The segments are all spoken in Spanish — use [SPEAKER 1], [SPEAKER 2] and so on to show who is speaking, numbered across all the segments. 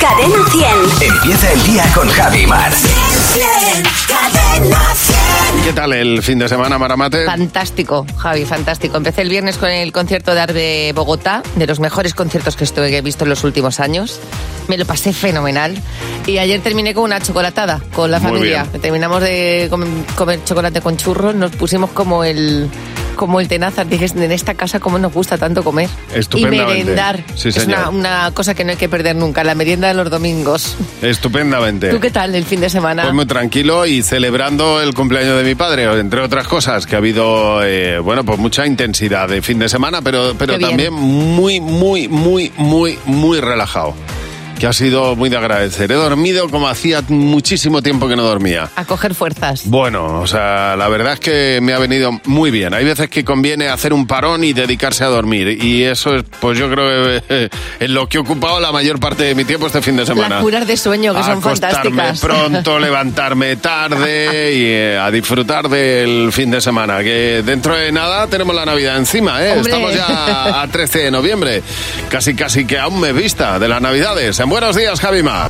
[SPEAKER 1] Cadena 100.
[SPEAKER 2] Empieza el día con Javi Mar.
[SPEAKER 1] Cadena 100.
[SPEAKER 3] ¿Qué tal el fin de semana, Maramate?
[SPEAKER 4] Fantástico, Javi, fantástico. Empecé el viernes con el concierto de Arde Bogotá, de los mejores conciertos que, estuve, que he visto en los últimos años. Me lo pasé fenomenal. Y ayer terminé con una chocolatada con la
[SPEAKER 3] Muy
[SPEAKER 4] familia.
[SPEAKER 3] bien.
[SPEAKER 4] Terminamos de com- comer chocolate con churros, nos pusimos como el como el tenazas. Dije, en esta casa cómo nos gusta tanto comer. Y
[SPEAKER 3] Estupendamente.
[SPEAKER 4] merendar.
[SPEAKER 3] Sí,
[SPEAKER 4] es
[SPEAKER 3] señor.
[SPEAKER 4] una, una cosa que no hay que perder nunca, la merienda de los domingos.
[SPEAKER 3] Estupendamente.
[SPEAKER 4] ¿Tú qué tal el fin de semana?
[SPEAKER 3] Pues muy tranquilo y celebrando el cumpleaños de mi padre, entre otras cosas, que ha habido, eh, bueno, pues mucha intensidad de fin de semana, pero, pero
[SPEAKER 4] Qué bien.
[SPEAKER 3] también muy, muy, muy, muy, muy relajado. Que ha sido muy de agradecer. He dormido como hacía muchísimo tiempo que no dormía.
[SPEAKER 4] A coger fuerzas.
[SPEAKER 3] Bueno, o sea, la verdad es que me ha venido muy bien. Hay veces que conviene hacer un parón y dedicarse a dormir. Y eso es, pues yo creo que eh, es lo que he ocupado la mayor parte de mi tiempo este fin de semana.
[SPEAKER 4] Las curas de sueño que son
[SPEAKER 3] Acostarme
[SPEAKER 4] fantásticas.
[SPEAKER 3] pronto, levantarme tarde y eh, a disfrutar del fin de semana. Que dentro de nada tenemos la Navidad encima, ¿eh?
[SPEAKER 4] Hombre.
[SPEAKER 3] Estamos ya a 13 de noviembre. Casi, casi que aún me vista de las Navidades. En buenos días, Javima.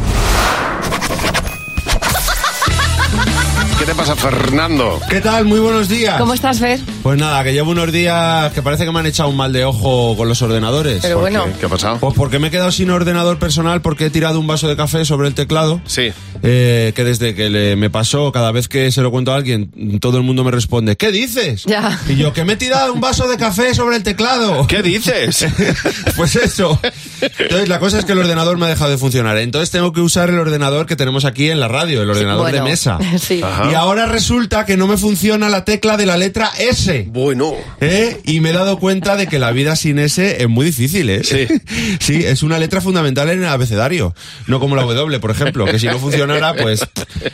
[SPEAKER 3] ¿Qué te pasa, Fernando?
[SPEAKER 5] ¿Qué tal? Muy buenos días.
[SPEAKER 4] ¿Cómo estás, Fer?
[SPEAKER 5] Pues nada, que llevo unos días que parece que me han echado un mal de ojo con los ordenadores.
[SPEAKER 4] Pero
[SPEAKER 3] ¿Por
[SPEAKER 4] bueno.
[SPEAKER 3] qué? ¿Qué ha pasado?
[SPEAKER 5] Pues porque me he quedado sin ordenador personal porque he tirado un vaso de café sobre el teclado.
[SPEAKER 3] Sí.
[SPEAKER 5] eh, que desde que le- me pasó, cada vez que se lo cuento a alguien, todo el mundo me responde, ¿qué dices?
[SPEAKER 4] Ya.
[SPEAKER 5] Y yo, que me he tirado un vaso de café sobre el teclado.
[SPEAKER 3] ¿Qué dices?
[SPEAKER 5] Pues eso. Entonces, la cosa es que el ordenador me ha dejado de funcionar. Entonces, tengo que usar el ordenador que tenemos aquí en la radio, el ordenador
[SPEAKER 4] Bueno,
[SPEAKER 5] de mesa.
[SPEAKER 4] Sí.
[SPEAKER 3] Ajá.
[SPEAKER 5] Y ahora resulta que no me funciona la tecla de la letra S.
[SPEAKER 3] bueno.
[SPEAKER 5] ¿eh? Y me he dado cuenta de que la vida sin S es muy difícil, ¿eh?
[SPEAKER 3] Sí.
[SPEAKER 5] Sí, es una letra fundamental en el abecedario. No como la W, por ejemplo, que si no funcionara, pues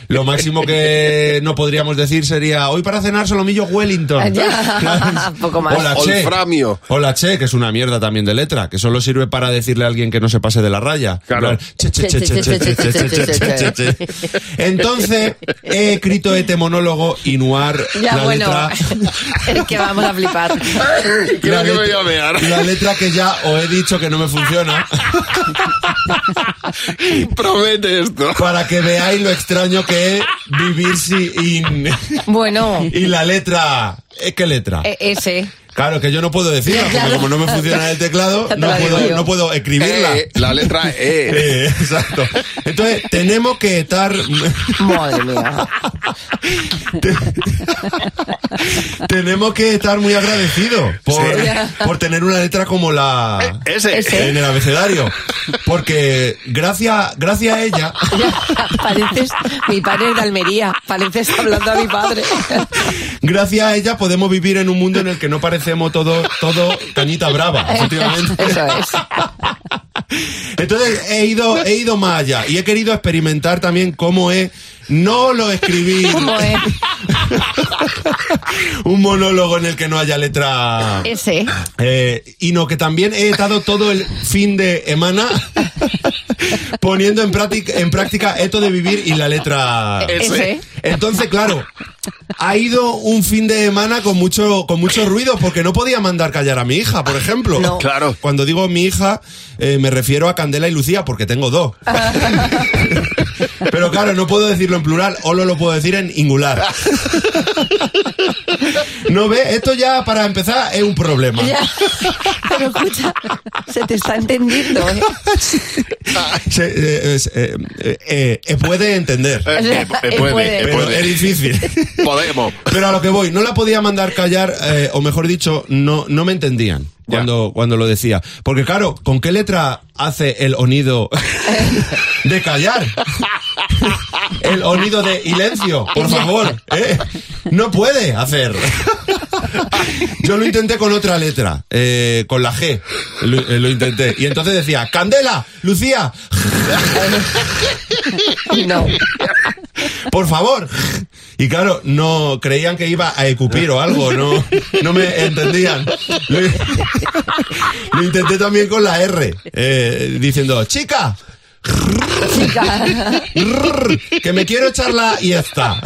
[SPEAKER 5] lo máximo que no podríamos decir sería hoy para cenar solomillo Wellington.
[SPEAKER 4] Ya,
[SPEAKER 5] ¿Sabes?
[SPEAKER 4] poco más.
[SPEAKER 5] O la Che.
[SPEAKER 3] Olframio.
[SPEAKER 5] O la Che, que es una mierda también de letra, que solo sirve para decirle a alguien que no se pase de la raya.
[SPEAKER 3] Claro.
[SPEAKER 5] En plan, Che, che, che, che, che, che, che, che, che, che, che, che. Entonces, he escrito este monólogo Inuar
[SPEAKER 4] Ya,
[SPEAKER 5] la
[SPEAKER 4] bueno,
[SPEAKER 5] letra
[SPEAKER 4] es que vamos a flipar.
[SPEAKER 3] Creo
[SPEAKER 5] la
[SPEAKER 3] que me voy
[SPEAKER 5] letra-
[SPEAKER 3] a mear.
[SPEAKER 5] la letra que ya os he dicho que no me funciona,
[SPEAKER 3] Promete esto.
[SPEAKER 5] para que veáis lo extraño que es vivir sin...
[SPEAKER 4] Bueno,
[SPEAKER 5] Y la letra... ¿eh, ¿Qué letra?
[SPEAKER 4] e- ese.
[SPEAKER 5] Claro, que yo no puedo decirla, porque
[SPEAKER 4] Claro.
[SPEAKER 5] como no me funciona el teclado,
[SPEAKER 4] Ya te
[SPEAKER 5] no
[SPEAKER 4] la digo
[SPEAKER 5] puedo,
[SPEAKER 4] yo.
[SPEAKER 5] no puedo escribirla.
[SPEAKER 3] Eh, la letra E.
[SPEAKER 5] Eh, exacto. Entonces, tenemos que estar.
[SPEAKER 4] Madre mía.
[SPEAKER 5] tenemos que estar muy agradecidos por,
[SPEAKER 4] Sí.
[SPEAKER 5] por tener una letra como la.
[SPEAKER 3] E, Ese.
[SPEAKER 4] Ese.
[SPEAKER 5] En el abecedario. Porque gracias, gracias a ella.
[SPEAKER 4] Pareces mi padre de Almería. Pareces hablando a mi padre.
[SPEAKER 5] Gracias a ella podemos vivir en un mundo en el que no parecemos todo, todo cañita brava, efectivamente.
[SPEAKER 4] Eso es.
[SPEAKER 5] Entonces he ido, he ido más allá y he querido experimentar también cómo es no lo escribir
[SPEAKER 4] ¿Cómo es?
[SPEAKER 5] un monólogo en el que no haya letra
[SPEAKER 4] Ese.
[SPEAKER 5] Eh, y no, que también he estado todo el fin de semana poniendo en práctica, en práctica esto de vivir y la letra
[SPEAKER 4] Ese.
[SPEAKER 5] Entonces, claro, ha ido un fin de semana con mucho, con mucho ruido porque no podía mandar callar a mi hija, por ejemplo.
[SPEAKER 4] No.
[SPEAKER 3] Claro.
[SPEAKER 5] Cuando digo mi hija, eh, me refiero a Candela y Lucía porque tengo dos. Pero claro, no puedo decirlo en plural, o lo puedo decir en singular. No ve, esto ya para empezar es un problema.
[SPEAKER 4] Ya. Pero escucha, se te está entendiendo. ¿eh?
[SPEAKER 5] Se, eh, es- eh, eh, eh, eh, puede entender,
[SPEAKER 3] Eh, eh, eh,
[SPEAKER 4] Eh,
[SPEAKER 3] puede,
[SPEAKER 4] puede.
[SPEAKER 3] eh,
[SPEAKER 5] pero es
[SPEAKER 3] puede.
[SPEAKER 5] difícil.
[SPEAKER 3] Podemos.
[SPEAKER 5] Pero a lo que voy, no la podía mandar callar, eh, o mejor dicho, no, no me entendían
[SPEAKER 3] Ya.
[SPEAKER 5] cuando, cuando lo decía. Porque claro, ¿con qué letra hace el onido de callar? El onido de silencio, por favor. ¿eh? No puede hacer. Yo lo intenté con otra letra, eh, con la G. Lo, eh, lo intenté. Y entonces decía, Candela, Lucía,
[SPEAKER 4] No.
[SPEAKER 5] por favor. Y claro, no creían que iba a ecupir o algo, no, no me entendían. Lo, lo intenté también con la R, eh, diciendo, chica,
[SPEAKER 4] Chica.
[SPEAKER 5] Rrr, que me quiero echar la yeta.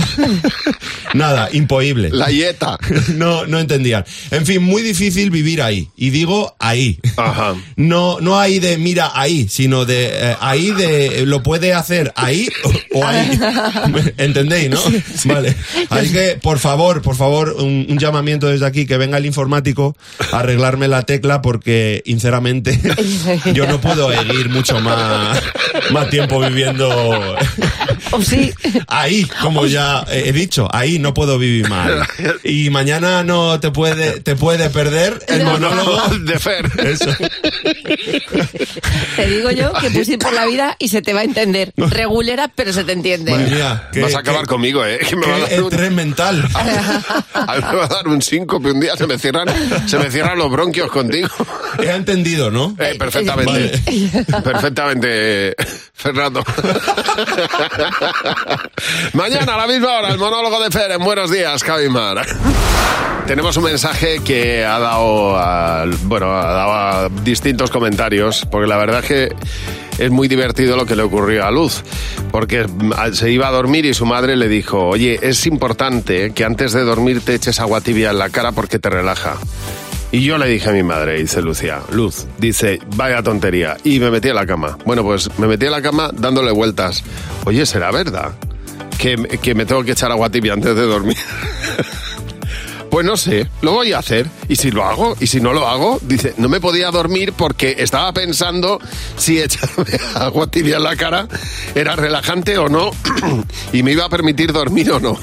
[SPEAKER 5] Nada, imposible.
[SPEAKER 3] La yeta.
[SPEAKER 5] No, no entendían. En fin, muy difícil vivir ahí. Y digo ahí.
[SPEAKER 3] Ajá.
[SPEAKER 5] No, no ahí de mira ahí, sino de eh, ahí de eh, lo puede hacer ahí o, o ahí. ¿Entendéis, no? Vale. Así que, por favor, por favor, un, un llamamiento desde aquí, que venga el informático a arreglarme la tecla porque, sinceramente, yo no puedo seguir mucho más, más tiempo viviendo
[SPEAKER 3] Oh,
[SPEAKER 4] O sí.
[SPEAKER 5] Ahí, como ya he dicho, ahí no puedo vivir mal. Y mañana no te puede, te puede perder el monólogo.
[SPEAKER 3] Monólogo de Fer.
[SPEAKER 5] Eso.
[SPEAKER 4] Te digo yo que puedes ir por la vida y se te va a entender. Regulera, pero se te entiende.
[SPEAKER 5] Madre mía, qué-
[SPEAKER 3] Vas a acabar
[SPEAKER 5] qué-
[SPEAKER 3] conmigo, ¿eh? Que me va a
[SPEAKER 5] qué
[SPEAKER 3] dar un...
[SPEAKER 5] estrés mental.
[SPEAKER 3] Ah,
[SPEAKER 5] este-
[SPEAKER 3] A mí me va a dar un síncope un día, se me cierran, se me cierran los bronquios contigo.
[SPEAKER 5] He entendido, ¿no?
[SPEAKER 3] Eh, perfectamente. Perfectamente, Fernando. Mañana a la misma hora, el monólogo de Fer en Buenos Días, Javi Mar. Tenemos un mensaje que ha dado, a, bueno, ha dado a distintos comentarios, porque la verdad es que es muy divertido lo que le ocurrió a Luz, porque se iba a dormir y su madre le dijo, oye, es importante que antes de dormir te eches agua tibia en la cara porque te relaja. Y yo le dije a mi madre, dice Lucía, Luz, dice, vaya tontería. Y me metí a la cama. Bueno, pues me metí a la cama dándole vueltas. Oye, ¿será verdad que, que me tengo que echar agua tibia antes de dormir? Pues no sé, lo voy a hacer. Y si lo hago, y si no lo hago, dice, no me podía dormir porque estaba pensando si echarme agua tibia en la cara era relajante o no, y me iba a permitir dormir o no.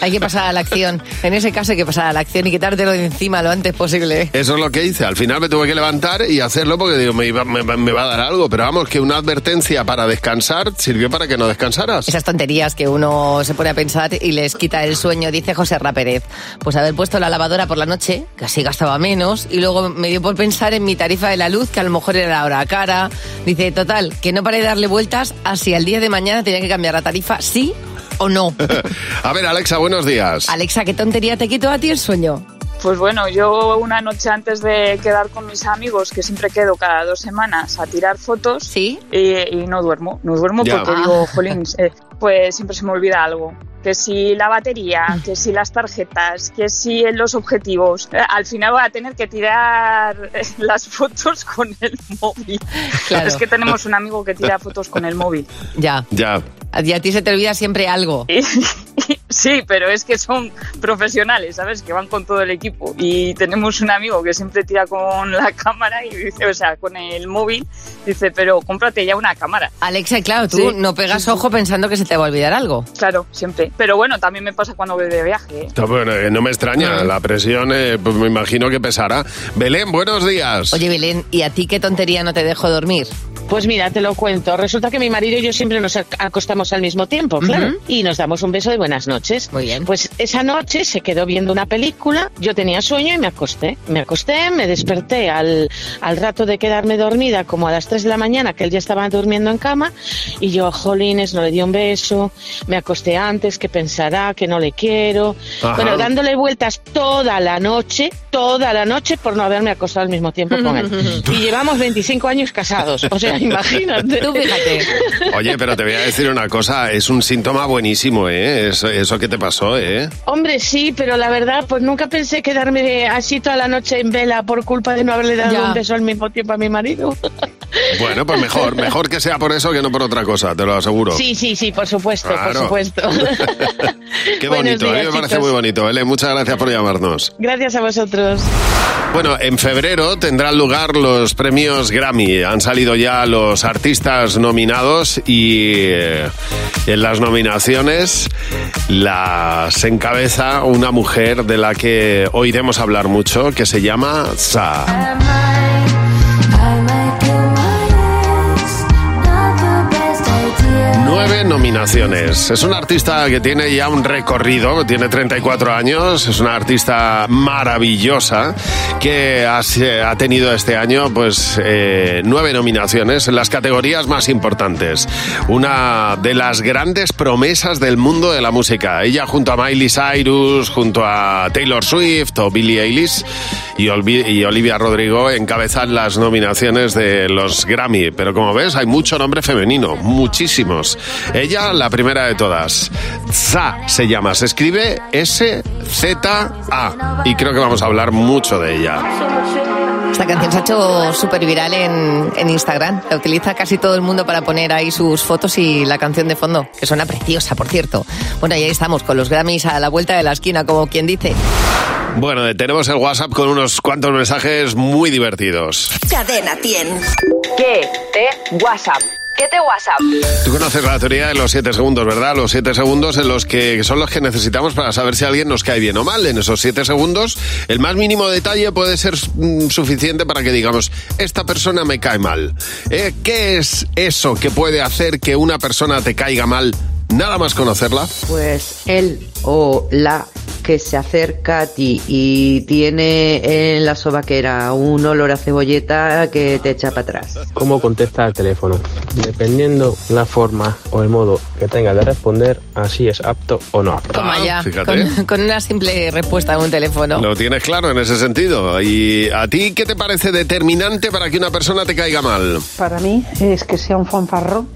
[SPEAKER 4] Hay que pasar a la acción. En ese caso hay que pasar a la acción y quitártelo de encima lo antes posible. ¿eh?
[SPEAKER 3] Eso es lo que hice. Al final me tuve que levantar y hacerlo porque digo, me, iba- me- me va a dar algo. Pero vamos, que una advertencia para descansar sirvió para que no descansaras.
[SPEAKER 4] Esas tonterías que uno se pone a pensar y les quita el sueño, dice José Rapérez. Pues haber puesto la lavadora por la noche, que así gastaba menos, y luego me dio por pensar en mi tarifa de la luz, que a lo mejor era la hora cara. Dice, total, que no para de darle vueltas, así al día de mañana tenía que cambiar la tarifa, sí o no.
[SPEAKER 3] A ver, Alexa, buenos días.
[SPEAKER 4] Alexa, ¿qué tontería te quito a ti el sueño?
[SPEAKER 1] Pues bueno, yo una noche antes de quedar con mis amigos, que siempre quedo cada dos semanas a tirar fotos,
[SPEAKER 4] Sí.
[SPEAKER 1] y, y no duermo, no duermo
[SPEAKER 3] Ya.
[SPEAKER 1] porque digo, jolín, eh, pues siempre se me olvida algo. Que si la batería, que si las tarjetas, que si los objetivos. Eh, Al final voy a tener que tirar eh, las fotos con el móvil.
[SPEAKER 4] Claro.
[SPEAKER 1] Es que tenemos un amigo que tira fotos con el móvil.
[SPEAKER 4] Ya.
[SPEAKER 3] Ya.
[SPEAKER 4] A ti- a ti se te olvida siempre algo.
[SPEAKER 1] Y- sí, pero es que son profesionales, ¿sabes? Que van con todo el equipo. Y tenemos un amigo que siempre tira con la cámara y dice, o sea, con el móvil, dice, pero cómprate ya una cámara.
[SPEAKER 4] Alexa, claro, tú
[SPEAKER 1] Sí.
[SPEAKER 4] no pegas ojo pensando que se te va a olvidar algo.
[SPEAKER 1] Claro, siempre. Pero bueno, también me pasa cuando voy de viaje. ¿eh?
[SPEAKER 3] Está bueno, eh, no me
[SPEAKER 6] Ah.
[SPEAKER 3] extraña, la presión eh, pues me imagino que pesará. Belén, buenos días.
[SPEAKER 4] Oye, Belén, ¿y a ti qué tontería no te dejo dormir?
[SPEAKER 6] Pues mira, te lo cuento. Resulta que mi marido y yo siempre nos ac- acostamos al mismo tiempo, claro. Y nos damos un beso de buenas noches.
[SPEAKER 4] Muy bien.
[SPEAKER 6] Pues esa noche se quedó viendo una película, yo tenía sueño y me acosté. Me acosté, me desperté al, al rato de quedarme dormida, como a las 3 de la mañana, que él ya estaba durmiendo en cama. Y yo, jolines, no le di un beso. Me acosté antes, que pensará, que no le quiero.
[SPEAKER 3] Ajá.
[SPEAKER 6] Bueno, dándole vueltas toda la noche, toda la noche, por no haberme acostado al mismo tiempo con él. y llevamos 25 años casados. O sea, imagínate.
[SPEAKER 4] Tú fíjate.
[SPEAKER 3] Oye, pero te voy a decir una cosa, es un síntoma buenísimo, ¿eh? Eso, eso que te pasó, ¿eh?
[SPEAKER 6] Hombre, sí, pero la verdad, pues nunca pensé quedarme así toda la noche en vela por culpa de no haberle dado
[SPEAKER 4] Ya.
[SPEAKER 6] un beso al mismo tiempo a mi marido.
[SPEAKER 3] Bueno, pues mejor, mejor que sea por eso que no por otra cosa, te lo aseguro.
[SPEAKER 6] Sí, sí, sí, por supuesto,
[SPEAKER 3] Claro.
[SPEAKER 6] por supuesto.
[SPEAKER 3] Qué
[SPEAKER 6] Buenos
[SPEAKER 3] bonito, eh, a mí
[SPEAKER 6] días,
[SPEAKER 3] me parece
[SPEAKER 6] chicos.
[SPEAKER 3] muy bonito, Belén. Muchas gracias por llamarnos.
[SPEAKER 6] Gracias a vosotros.
[SPEAKER 3] Bueno, en febrero tendrán lugar los premios Grammy. Han salido ya los artistas nominados y eh, en las nominaciones las encabeza una mujer de la que oiremos hablar mucho, que se llama Sa.
[SPEAKER 7] I might, I might do my best, not the best idea.
[SPEAKER 3] Nueve nominaciones. Es un artista que tiene ya un recorrido, tiene 34 años, es una artista maravillosa que ha, se- ha tenido este año pues eh, nueve nominaciones en las categorías más importantes. Una de las grandes promesas del mundo de la música. Ella junto a Miley Cyrus, junto a Taylor Swift o Billie Eilish y, Olvi- y Olivia Rodrigo encabezan las nominaciones de los Grammy. Pero como ves, hay mucho nombre femenino, muchísimos. Ella, la primera de todas. Za se llama, se escribe S-Z-A. Y creo que vamos a hablar mucho de ella.
[SPEAKER 4] Esta canción se ha hecho súper viral en, en Instagram. La utiliza casi todo el mundo para poner ahí sus fotos y la canción de fondo, que suena preciosa, por cierto. Bueno, y ahí estamos, con los Grammys a la vuelta de la esquina, como quien dice.
[SPEAKER 3] Bueno, tenemos el WhatsApp con unos cuantos mensajes muy divertidos.
[SPEAKER 7] Cadena 100. ¿Qué te WhatsApp? ¿Qué te WhatsApp?
[SPEAKER 3] Tú conoces la teoría de los 7 segundos, ¿verdad? Los 7 segundos en los que son los que necesitamos para saber si alguien nos cae bien o mal. En esos 7 segundos, el más mínimo detalle puede ser mm, suficiente para que digamos, esta persona me cae mal. Eh, ¿Qué es eso que puede hacer que una persona te caiga mal nada más conocerla?
[SPEAKER 8] Pues él o la que se acerca a ti y tiene en la sobaquera un olor a cebolleta que te echa para atrás.
[SPEAKER 9] ¿Cómo contesta el teléfono? Dependiendo la forma o el modo que tenga de responder, así es apto o no apto.
[SPEAKER 10] Ah,
[SPEAKER 4] Toma ya,
[SPEAKER 3] fíjate.
[SPEAKER 4] con, con una simple respuesta a un teléfono.
[SPEAKER 3] Lo tienes claro en ese sentido. ¿Y a ti qué te parece determinante para que una persona te caiga mal?
[SPEAKER 11] Para mí es que sea un fanfarrón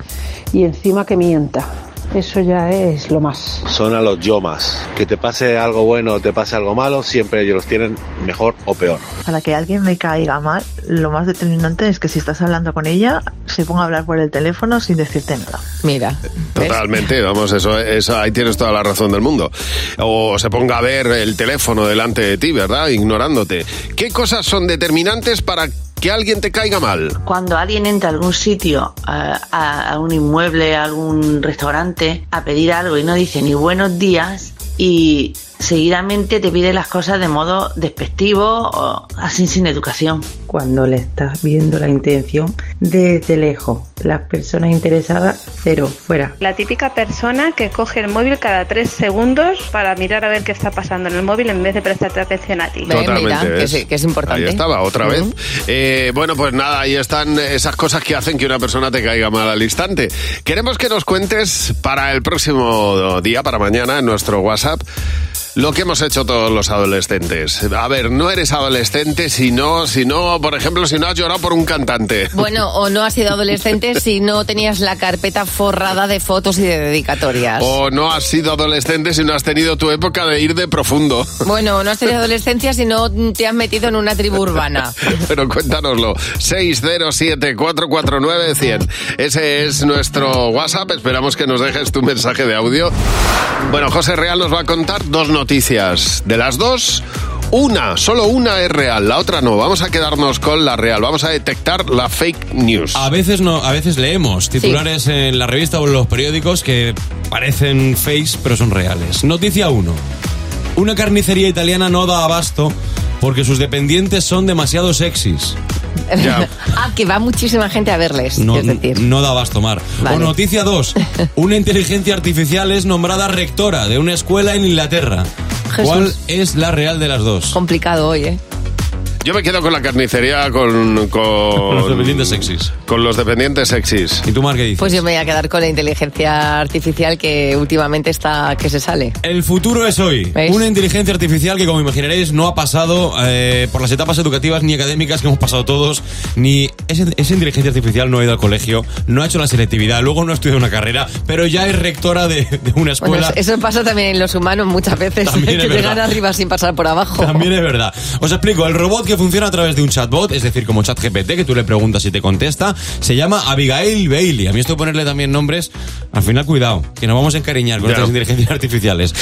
[SPEAKER 11] y encima que mienta. Eso ya es lo más.
[SPEAKER 12] Son a los yomas. Que te pase algo bueno o te pase algo malo, siempre ellos los tienen mejor o peor.
[SPEAKER 13] Para que alguien me caiga mal, lo más determinante es que si estás hablando con ella, se ponga a hablar por el teléfono sin decirte nada.
[SPEAKER 4] Mira.
[SPEAKER 3] Totalmente, vamos, eso, eso, ahí tienes toda la razón del mundo. O se ponga a ver el teléfono delante de ti, ¿verdad? Ignorándote. ¿Qué cosas son determinantes para que alguien te caiga mal?
[SPEAKER 14] Cuando alguien entra a algún sitio, a, a- a un inmueble, a algún restaurante, a pedir algo y no dice ni buenos días y seguidamente te pide las cosas de modo despectivo o así sin educación.
[SPEAKER 11] Cuando le estás viendo la intención desde lejos, las personas interesadas, cero, fuera.
[SPEAKER 15] La típica persona que coge el móvil cada tres segundos para mirar a ver qué está pasando en el móvil en vez de prestarte atención a ti.
[SPEAKER 4] que
[SPEAKER 3] ¿ves?
[SPEAKER 4] sí, que es importante.
[SPEAKER 3] Ahí estaba, otra vez. Eh, bueno, pues nada, ahí están esas cosas que hacen que una persona te caiga mal al instante. Queremos que nos cuentes para el próximo día, para mañana, en nuestro WhatsApp, lo que hemos hecho todos los adolescentes. A ver, no eres adolescente si no, si no, por ejemplo, si no has llorado por un cantante.
[SPEAKER 4] Bueno, o no has sido adolescente si no tenías la carpeta forrada de fotos y de dedicatorias.
[SPEAKER 3] O no has sido adolescente si no has tenido tu época de ir de profundo.
[SPEAKER 4] Bueno, no has tenido adolescencia si no te has metido en una tribu urbana.
[SPEAKER 3] Pero cuéntanoslo. 607-449-100. Ese es nuestro WhatsApp. Esperamos que nos dejes tu mensaje de audio. Bueno, José Real nos va a contar dos noticias. De las dos, una, solo una es real, la otra no. Vamos a quedarnos con la real. Vamos a detectar la fake news.
[SPEAKER 16] A veces no, a veces leemos titulares en la revista o en los periódicos que parecen fakes pero son reales. Noticia 1. Una carnicería italiana no da abasto porque sus dependientes son demasiado sexys.
[SPEAKER 4] ah, que va muchísima gente a verles.
[SPEAKER 16] No,
[SPEAKER 4] es decir.
[SPEAKER 16] no da abasto, Mar. O noticia 2. Una inteligencia artificial es nombrada rectora de una escuela en Inglaterra.
[SPEAKER 4] Jesús.
[SPEAKER 16] ¿Cuál es la real de las dos?
[SPEAKER 4] Complicado hoy, ¿eh?
[SPEAKER 3] Yo me quedo con la carnicería con... Con
[SPEAKER 16] los dependientes sexys.
[SPEAKER 3] Con los dependientes sexys.
[SPEAKER 16] ¿Y tú, Mar, qué dices?
[SPEAKER 4] Pues yo me voy a quedar con la inteligencia artificial que últimamente está que se sale.
[SPEAKER 16] El futuro es hoy. Una inteligencia artificial que, como imaginaréis, no ha pasado eh, por las etapas educativas ni académicas que hemos pasado todos, ni ese- esa inteligencia artificial no ha ido al colegio, no ha hecho la selectividad, luego no ha estudiado una carrera, pero ya es rectora de, de una
[SPEAKER 4] Bueno,
[SPEAKER 16] escuela.
[SPEAKER 4] eso pasa también en los humanos muchas veces,
[SPEAKER 16] Pues También es
[SPEAKER 4] que llegan
[SPEAKER 16] verdad.
[SPEAKER 4] arriba sin pasar por abajo.
[SPEAKER 16] También es verdad. Os explico, el robot que funciona a través de un chatbot, es decir, como ChatGPT, que tú le preguntas y te contesta, se llama Abigail Bailey. A mí esto de ponerle también nombres, al final cuidado, que nos vamos a encariñar con
[SPEAKER 3] Ya.
[SPEAKER 16] estas inteligencias artificiales.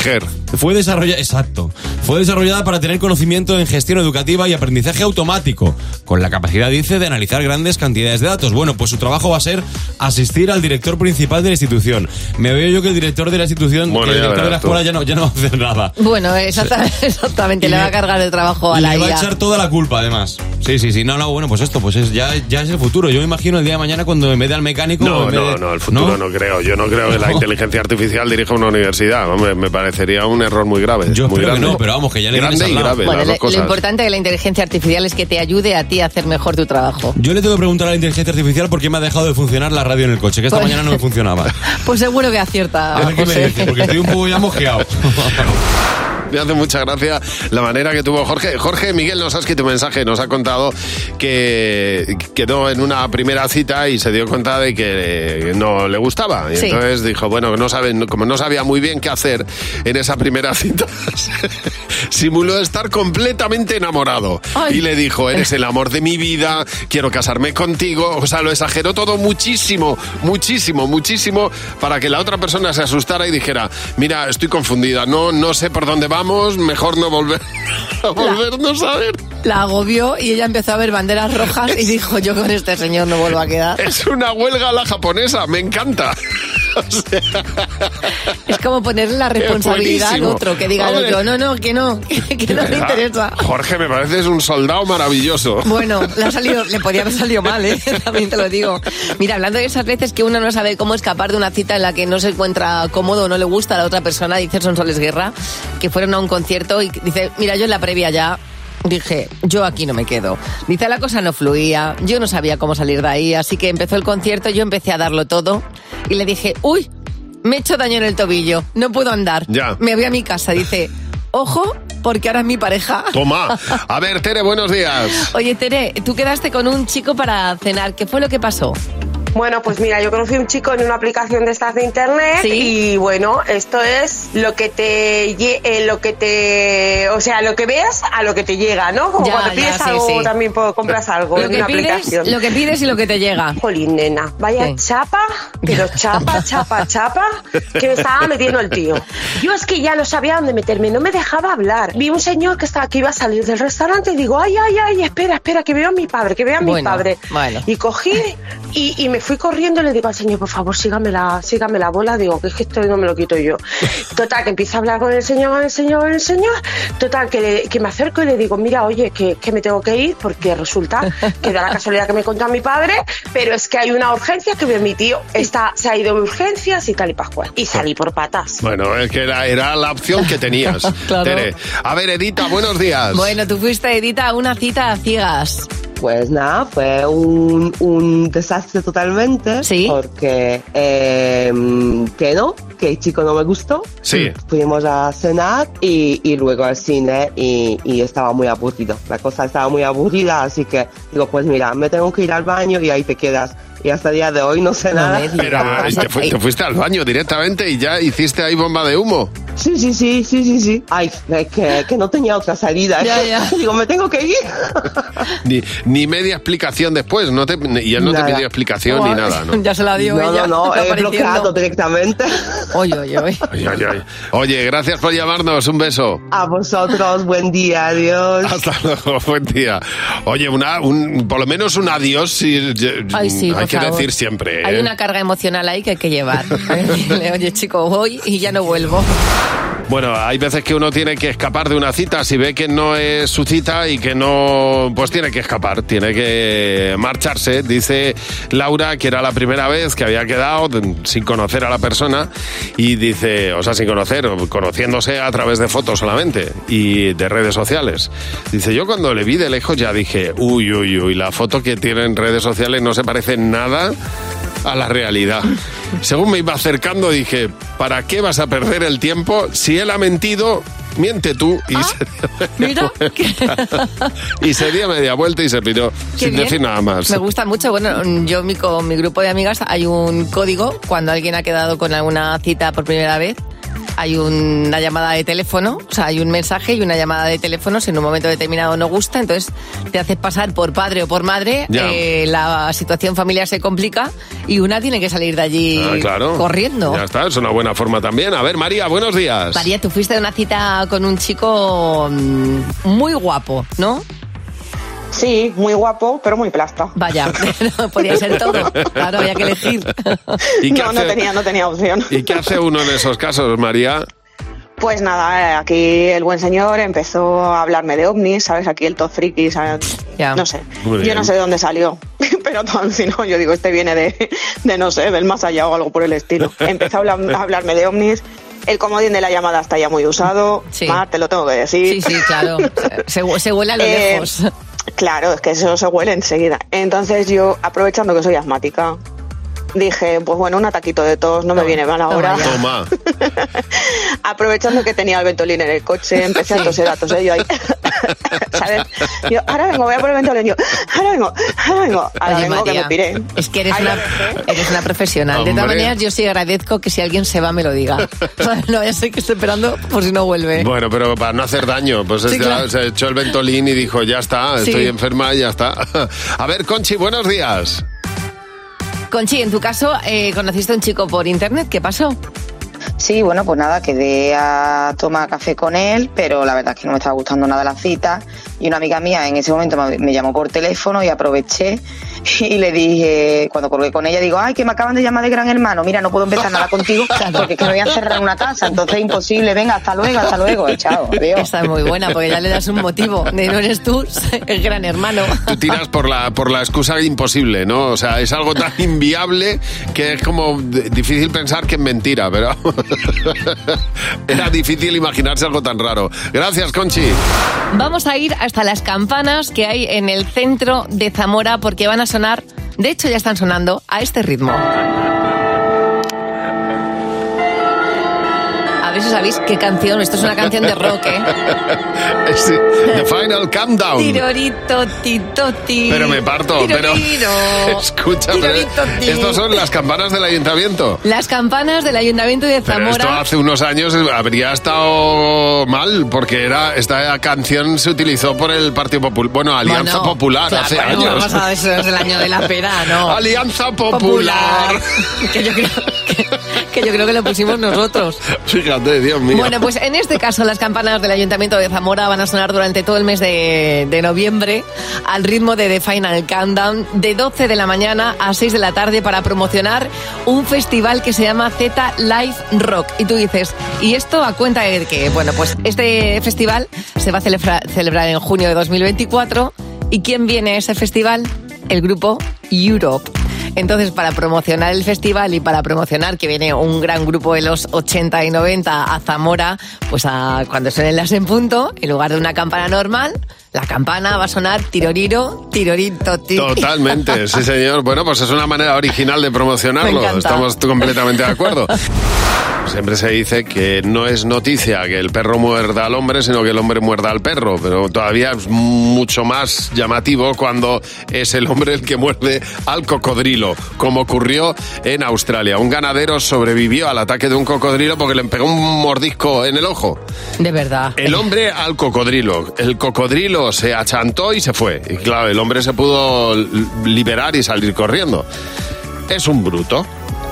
[SPEAKER 16] Fue desarrollada, exacto, fue desarrollada para tener conocimiento en gestión educativa y aprendizaje automático, con la capacidad, dice, de analizar grandes cantidades de datos. Bueno, pues su trabajo va a ser asistir al director principal de la institución. Me veo yo que el director de la institución,
[SPEAKER 3] Bueno,
[SPEAKER 16] el
[SPEAKER 3] ya
[SPEAKER 16] director de la
[SPEAKER 3] verás tú.
[SPEAKER 16] escuela ya no, ya no va a hacer nada.
[SPEAKER 4] Bueno, exacta- exactamente, le va a cargar el trabajo a
[SPEAKER 16] Le
[SPEAKER 4] la
[SPEAKER 16] va a
[SPEAKER 4] IA.
[SPEAKER 16] echar toda la culpa. culpa, además. Sí, sí, sí. No, no, bueno, pues esto, pues es, ya, ya es el futuro. Yo me imagino el día de mañana cuando en vez de al mecánico.
[SPEAKER 3] No,
[SPEAKER 16] en vez
[SPEAKER 3] no,
[SPEAKER 16] de-
[SPEAKER 3] no, el futuro no, creo. Yo no creo que la
[SPEAKER 16] No.
[SPEAKER 3] inteligencia artificial dirija una universidad. Hombre, me parecería un error muy grave. Yo muy
[SPEAKER 16] espero que
[SPEAKER 3] grande.
[SPEAKER 16] no, pero vamos, que ya le
[SPEAKER 3] Grande
[SPEAKER 16] tienes
[SPEAKER 3] y
[SPEAKER 16] al lado.
[SPEAKER 3] grave,
[SPEAKER 4] Bueno,
[SPEAKER 3] las
[SPEAKER 4] lo,
[SPEAKER 3] dos
[SPEAKER 4] lo
[SPEAKER 3] cosas.
[SPEAKER 4] importante de la inteligencia artificial es que te ayude a ti a hacer mejor tu trabajo.
[SPEAKER 16] Yo le tengo que preguntar a la inteligencia artificial por qué me ha dejado de funcionar la radio en el coche, que esta
[SPEAKER 4] Pues-
[SPEAKER 16] mañana no me funcionaba.
[SPEAKER 4] Pues seguro que acierta.
[SPEAKER 16] A ver qué me
[SPEAKER 4] José.
[SPEAKER 16] dice, porque estoy un poco ya mosqueado.
[SPEAKER 3] Me hace mucha gracia la manera que tuvo Jorge. Jorge Miguel nos ha escrito un mensaje, nos ha contado que quedó en una primera cita y se dio cuenta de que eh, no le gustaba. Y
[SPEAKER 17] Sí.
[SPEAKER 3] entonces dijo, bueno, no saben, como no sabía muy bien qué hacer en esa primera cita, simuló estar completamente enamorado.
[SPEAKER 17] Ay.
[SPEAKER 3] Y le dijo, eres el amor de mi vida, quiero casarme contigo. O sea, lo exageró todo muchísimo, muchísimo, muchísimo para que la otra persona se asustara y dijera, mira, estoy confundida, no, no sé por dónde vamos, mejor no volver a volvernos a ver.
[SPEAKER 4] La agobió y ella empezó a ver banderas rojas y dijo, yo con este señor no vuelvo a quedar.
[SPEAKER 3] Es una huelga a la japonesa, me encanta. O sea,
[SPEAKER 4] Es como ponerle la responsabilidad al
[SPEAKER 3] buenísimo.
[SPEAKER 4] otro, que diga
[SPEAKER 3] Hombre.
[SPEAKER 4] el otro, no, no, que no, que, que no le interesa.
[SPEAKER 3] Jorge, me pareces un soldado maravilloso.
[SPEAKER 4] Bueno, le, ha salido, le podía haber salido mal, ¿eh? también te lo digo. Mira, hablando de esas veces que uno no sabe cómo escapar de una cita en la que no se encuentra cómodo o no le gusta a la otra persona, dice Sonsoles Guerra, que fueron a un concierto y dice, mira, yo en la previa ya dije, yo aquí no me quedo. Dice, la cosa no fluía, yo no sabía cómo salir de ahí, así que empezó el concierto, yo empecé a darlo todo y le dije, uy, me he hecho daño en el tobillo, no puedo andar.
[SPEAKER 3] Ya.
[SPEAKER 4] Me voy a mi casa, dice, ojo, porque ahora es mi pareja.
[SPEAKER 3] Toma. A ver, Tere, buenos días.
[SPEAKER 4] Oye, Tere, tú quedaste con un chico para cenar. ¿Qué fue lo que pasó?
[SPEAKER 18] Bueno, pues mira, yo conocí a un chico en una aplicación de estas de internet y bueno, esto es lo que te lle- eh, lo que te, o sea, lo que ves a lo que te llega, ¿no? Como
[SPEAKER 4] Ya,
[SPEAKER 18] cuando
[SPEAKER 4] ya,
[SPEAKER 18] pides
[SPEAKER 4] sí,
[SPEAKER 18] algo
[SPEAKER 4] sí.
[SPEAKER 18] también po- compras algo
[SPEAKER 4] Lo
[SPEAKER 18] en
[SPEAKER 4] que
[SPEAKER 18] una
[SPEAKER 4] pides-
[SPEAKER 18] aplicación.
[SPEAKER 4] lo que pides y lo que te llega.
[SPEAKER 18] Jolín, nena, vaya
[SPEAKER 4] Sí.
[SPEAKER 18] chapa, pero chapa, chapa, chapa, que me estaba metiendo el tío. Yo es que ya no sabía dónde meterme, no me dejaba hablar. Vi un señor que estaba que iba a salir del restaurante y digo, ay, ay, ay, espera, espera, que veo a mi padre, que veo a mi
[SPEAKER 4] Bueno,
[SPEAKER 18] padre.
[SPEAKER 4] bueno.
[SPEAKER 18] Y cogí y, y me fui corriendo y le digo al señor, por favor, sígame la, sígame la bola. Digo, que es que esto no me lo quito yo. Total, que empiezo a hablar con el señor, con el señor, con el señor. Total, que, le- que me acerco y le digo, mira, oye, que, que me tengo que ir porque resulta que da la casualidad que me contó a mi padre, pero es que hay una urgencia que mi tío está, se ha ido de urgencias y tal y pascual. Y salí por patas.
[SPEAKER 3] Bueno, es que era, era la opción que tenías,
[SPEAKER 4] Claro.
[SPEAKER 3] Tere. A ver, Edita, buenos días.
[SPEAKER 4] Bueno, tú fuiste, Edita, a una cita a ciegas.
[SPEAKER 17] Pues nada, fue un, un desastre totalmente. Sí. Porque eh, que no, que el chico no me gustó.
[SPEAKER 3] Sí.
[SPEAKER 17] Fuimos a cenar y, y luego al cine y, y estaba muy aburrido. La cosa estaba muy aburrida, así que digo, pues mira, me tengo que ir al baño y ahí te quedas. Y hasta el día de hoy no sé nada.
[SPEAKER 3] Pero, ¿y te, fu- te fuiste al baño directamente y ya hiciste ahí bomba de humo.
[SPEAKER 17] Sí, sí, sí, sí, sí, sí. Ay, es que, que no tenía otra salida.
[SPEAKER 3] Ya, ya.
[SPEAKER 17] Digo, me tengo que ir.
[SPEAKER 3] Ni, ni media explicación después. No te, y él no te
[SPEAKER 17] Nada.
[SPEAKER 3] pidió explicación ni nada, ¿no?
[SPEAKER 4] Ya se la dio
[SPEAKER 17] no,
[SPEAKER 4] ella.
[SPEAKER 17] No, no,
[SPEAKER 4] está
[SPEAKER 17] he
[SPEAKER 4] apareciendo.
[SPEAKER 17] bloqueado directamente.
[SPEAKER 4] Oye, oye, oye.
[SPEAKER 3] Ay, ay, ay. Oye, gracias por llamarnos. Un beso.
[SPEAKER 17] A vosotros, buen día, adiós.
[SPEAKER 3] Hasta luego, buen día. Oye, una, un, por lo menos un adiós si-
[SPEAKER 4] Ay, sí,
[SPEAKER 3] hay
[SPEAKER 4] por
[SPEAKER 3] que
[SPEAKER 4] favor.
[SPEAKER 3] decir siempre. ¿eh?
[SPEAKER 4] Hay una carga emocional ahí que hay que llevar. Hay que decirle, Oye, chico, voy y ya no vuelvo.
[SPEAKER 3] Bueno, hay veces que uno tiene que escapar de una cita. Si ve que no es su cita y que no, pues tiene que escapar, tiene que marcharse. Dice Laura que era la primera vez que había quedado de- sin conocer a la persona y dice, o sea, sin conocer, conociéndose a través de fotos solamente y de redes sociales. Dice, yo cuando le vi de lejos ya dije, uy, uy, uy, la foto que tiene en redes sociales no se parece en nada a la realidad. Según me iba acercando dije, ¿para qué vas a perder el tiempo? Si él ha mentido, miente tú. Y,
[SPEAKER 4] Ah,
[SPEAKER 3] se, dio media vuelta. y se dio media vuelta y se piró,
[SPEAKER 4] Qué
[SPEAKER 3] sin
[SPEAKER 4] bien.
[SPEAKER 3] decir nada más.
[SPEAKER 4] Me gusta mucho. Bueno, yo mi, con mi grupo de amigas hay un código cuando alguien ha quedado con alguna cita por primera vez. Hay un- una llamada de teléfono, o sea, hay un mensaje y una llamada de teléfono. Si en un momento determinado no gusta, entonces te haces pasar por padre o por madre,
[SPEAKER 3] Ya.
[SPEAKER 4] eh, la situación familiar se complica y una tiene que salir de allí
[SPEAKER 3] Ah, claro.
[SPEAKER 4] corriendo.
[SPEAKER 3] Ya está, es una buena forma también. A ver, María, buenos días.
[SPEAKER 4] María, tú fuiste a una cita con un chico mm, muy guapo, ¿no?
[SPEAKER 19] Sí, muy guapo, pero muy plasta.
[SPEAKER 4] Vaya, no, podía ser todo. Claro, había que elegir.
[SPEAKER 3] ¿Y qué
[SPEAKER 19] no, no
[SPEAKER 3] hace-
[SPEAKER 19] tenía, no tenía opción.
[SPEAKER 3] ¿Y qué hace uno en esos casos, María?
[SPEAKER 19] Pues nada, eh, aquí el buen señor empezó a hablarme de ovnis, ¿sabes? Aquí el top friki, ¿sabes? No sé.
[SPEAKER 20] Muy
[SPEAKER 19] Yo
[SPEAKER 20] bien.
[SPEAKER 19] no sé de dónde salió, pero tan si no, yo digo, este viene de, de, no sé, del más allá o algo por el estilo. Empezó a, hablar- a hablarme de ovnis. El comodín de la llamada está ya muy usado. Mar, te lo tengo que decir.
[SPEAKER 4] Sí, sí, claro. Se, hue- se huele a lo
[SPEAKER 19] Eh,
[SPEAKER 4] lejos.
[SPEAKER 19] Claro, es que eso se huele enseguida. Entonces yo, aprovechando que soy asmática, dije, pues bueno, un ataquito de tos, no me viene mal ahora.
[SPEAKER 3] Toma.
[SPEAKER 19] aprovechando que tenía el ventolín en el coche, empecé a toser, a toser, yo ahí, ¿sabes? Yo, ahora vengo, voy a por el ventolín, yo, ahora vengo, ahora vengo, ahora
[SPEAKER 4] Oye,
[SPEAKER 19] vengo que
[SPEAKER 4] María,
[SPEAKER 19] me piré.
[SPEAKER 4] Es que eres una, eres una profesional. De todas
[SPEAKER 3] Hombre.
[SPEAKER 4] maneras, yo sí agradezco que si alguien se va me lo diga. O sea, no, ya sé que estoy esperando por si no vuelve.
[SPEAKER 3] Bueno, pero para no hacer daño, pues
[SPEAKER 4] ¿Eh? Sí,
[SPEAKER 3] este
[SPEAKER 4] claro.
[SPEAKER 3] se echó el ventolín y dijo, ya está,
[SPEAKER 4] Sí.
[SPEAKER 3] estoy enferma, ya está. A ver, Conchi, buenos días.
[SPEAKER 4] Conchi, en tu caso, eh, conociste a un chico por internet. ¿Qué pasó?
[SPEAKER 20] Sí, bueno, pues nada, quedé a tomar café con él, pero la verdad es que no me estaba gustando nada la cita. Y una amiga mía en ese momento me me llamó por teléfono y aproveché y le dije, cuando colgué con ella, digo, ay, que me acaban de llamar de gran hermano, mira, no puedo empezar nada contigo porque es que me voy a encerrar en una casa, entonces es imposible, venga, hasta luego, hasta luego, Eh, chao, adiós.
[SPEAKER 4] Esta es muy buena porque ya le das un motivo. De no eres tú, el gran hermano.
[SPEAKER 3] Tú tiras por la, por la excusa imposible, ¿no? O sea, es algo tan inviable que es como d- difícil pensar que es mentira, pero era difícil imaginarse algo tan raro. Gracias, Conchi.
[SPEAKER 4] Vamos a ir hasta las campanas que hay en el centro de Zamora porque van a sonar, de hecho ya están sonando, a este ritmo. A ver si sabéis qué canción, esto es una canción de rock, ¿eh?
[SPEAKER 3] Es, eh, The Final Countdown.
[SPEAKER 4] Tirorito, titoti.
[SPEAKER 3] Pero me parto, pero...
[SPEAKER 4] Tiroriro.
[SPEAKER 3] Escucha, pero
[SPEAKER 4] Tirorito, ti.
[SPEAKER 3] estos son las campanas del ayuntamiento.
[SPEAKER 4] Las campanas del Ayuntamiento de
[SPEAKER 3] Pero esto
[SPEAKER 4] Zamora.
[SPEAKER 3] hace unos años habría estado mal, porque era esta canción se utilizó por el Partido Popular, bueno, Alianza
[SPEAKER 4] Bueno,
[SPEAKER 3] Popular
[SPEAKER 4] claro,
[SPEAKER 3] hace
[SPEAKER 4] bueno,
[SPEAKER 3] años.
[SPEAKER 4] vamos a ver, eso es el año de la pera, ¿no?
[SPEAKER 3] Alianza
[SPEAKER 4] Popular. Que yo creo que, que yo creo que lo pusimos nosotros.
[SPEAKER 3] Fíjate, Dios mío.
[SPEAKER 4] Bueno, pues en este caso las campanas del Ayuntamiento de Zamora van a sonar durante todo el mes de, de noviembre al ritmo de The Final Countdown de 12 de la mañana a 6 de la tarde para promocionar un festival que se llama Z Live Rock. Y tú dices, ¿y esto a cuenta de que Bueno, pues este festival se va a celebra- celebrar en junio de 2024 y ¿quién viene a ese festival? El grupo Europe. Entonces, para promocionar el festival y para promocionar que viene un gran grupo de los 80 y 90 a Zamora, pues a, cuando suenen las en punto, en lugar de una campana normal, la campana va a sonar tiroriro, tirorito, tirorito.
[SPEAKER 3] Totalmente, sí señor. Bueno, pues es una manera original de promocionarlo.
[SPEAKER 4] Me encanta.
[SPEAKER 3] Estamos completamente de acuerdo. Siempre se dice que no es noticia que el perro muerda al hombre, sino que el hombre muerda al perro. Pero todavía es mucho más llamativo cuando es el hombre el que muerde al cocodrilo, como ocurrió en Australia. Un ganadero sobrevivió al ataque de un cocodrilo porque le pegó un mordisco en el ojo.
[SPEAKER 4] De verdad.
[SPEAKER 3] El hombre al cocodrilo. El cocodrilo se achantó y se fue. Y claro, el hombre se pudo l- liberar y salir corriendo. Es un bruto,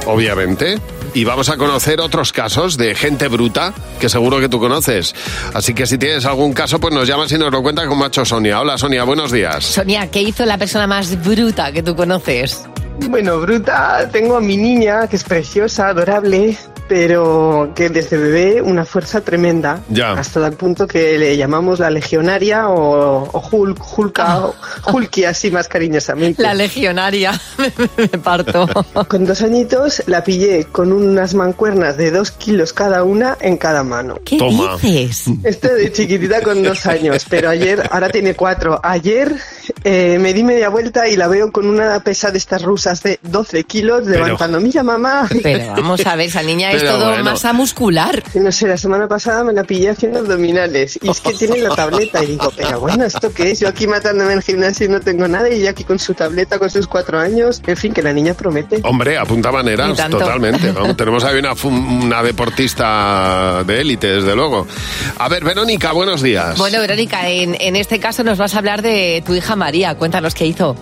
[SPEAKER 3] obviamente. Y vamos a conocer otros casos de gente bruta que seguro que tú conoces. Así que si tienes algún caso, pues nos llamas y nos lo cuentas con Macho Sonia. Hola Sonia, buenos días.
[SPEAKER 4] Sonia, ¿qué hizo la persona más bruta que tú conoces?
[SPEAKER 21] Bueno, bruta, tengo a mi niña, que es preciosa, adorable, pero que desde bebé una fuerza tremenda.
[SPEAKER 3] Ya.
[SPEAKER 21] Hasta tal punto que le llamamos la legionaria o, o Hulk, Hulka, o Hulky, así más cariñosamente.
[SPEAKER 4] Ah. La legionaria, me parto.
[SPEAKER 21] Con dos añitos la pillé con unas mancuernas de dos kilos cada una en cada mano.
[SPEAKER 4] ¿Qué
[SPEAKER 3] Toma.
[SPEAKER 4] dices?
[SPEAKER 21] Este de chiquitita con dos años, pero ayer, ahora tiene cuatro. Ayer eh, me di media vuelta y la veo con una pesa de estas rusas de 12 kilos
[SPEAKER 4] Pero-
[SPEAKER 21] levantando. Mira, mamá.
[SPEAKER 4] Pero vamos a ver, esa niña es todo masa muscular.
[SPEAKER 21] No sé, la semana pasada me la pillé haciendo abdominales y es que tiene la tableta y digo, pero bueno, ¿esto qué es? Yo aquí matándome en el gimnasio y no tengo nada y ella aquí con su tableta, con sus cuatro años. En fin, que la niña promete.
[SPEAKER 3] Hombre, apunta maneras,
[SPEAKER 21] Y tanto.
[SPEAKER 3] totalmente. ¿no? Tenemos ahí una, fu- una deportista de élite, desde luego. A ver, Verónica, buenos días.
[SPEAKER 4] Bueno, Verónica, en, en este caso nos vas a hablar de tu hija María. Cuéntanos qué hizo.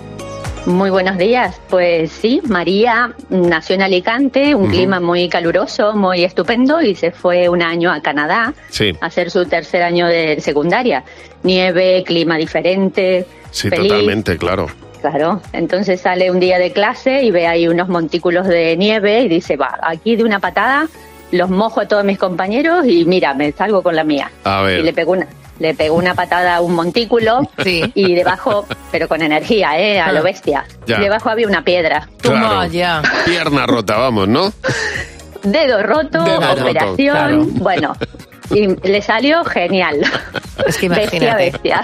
[SPEAKER 22] Muy buenos días. Pues sí, María nació en Alicante, un
[SPEAKER 3] Ujú.
[SPEAKER 22] clima muy caluroso, muy estupendo, y se fue un año a Canadá
[SPEAKER 3] Sí.
[SPEAKER 22] a hacer su tercer año de secundaria. Nieve, clima diferente.
[SPEAKER 3] Sí,
[SPEAKER 22] feliz.
[SPEAKER 3] totalmente, claro.
[SPEAKER 22] Claro, entonces sale un día de clase y ve ahí unos montículos de nieve y dice, va, aquí de una patada los mojo a todos mis compañeros y mira, me salgo con la mía.
[SPEAKER 3] A ver.
[SPEAKER 22] Y le pego una, le pegó una patada a un montículo y debajo, pero con energía, ¿eh?
[SPEAKER 3] Ah.
[SPEAKER 22] A lo bestia.
[SPEAKER 3] Ya.
[SPEAKER 22] Debajo había una piedra.
[SPEAKER 3] Claro. Pierna rota, vamos, ¿no?
[SPEAKER 22] Dedo roto,
[SPEAKER 3] Dedo roto,
[SPEAKER 22] operación,
[SPEAKER 3] claro.
[SPEAKER 22] bueno. Y le salió genial. Es que Bestia,
[SPEAKER 3] imagínate.
[SPEAKER 22] bestia.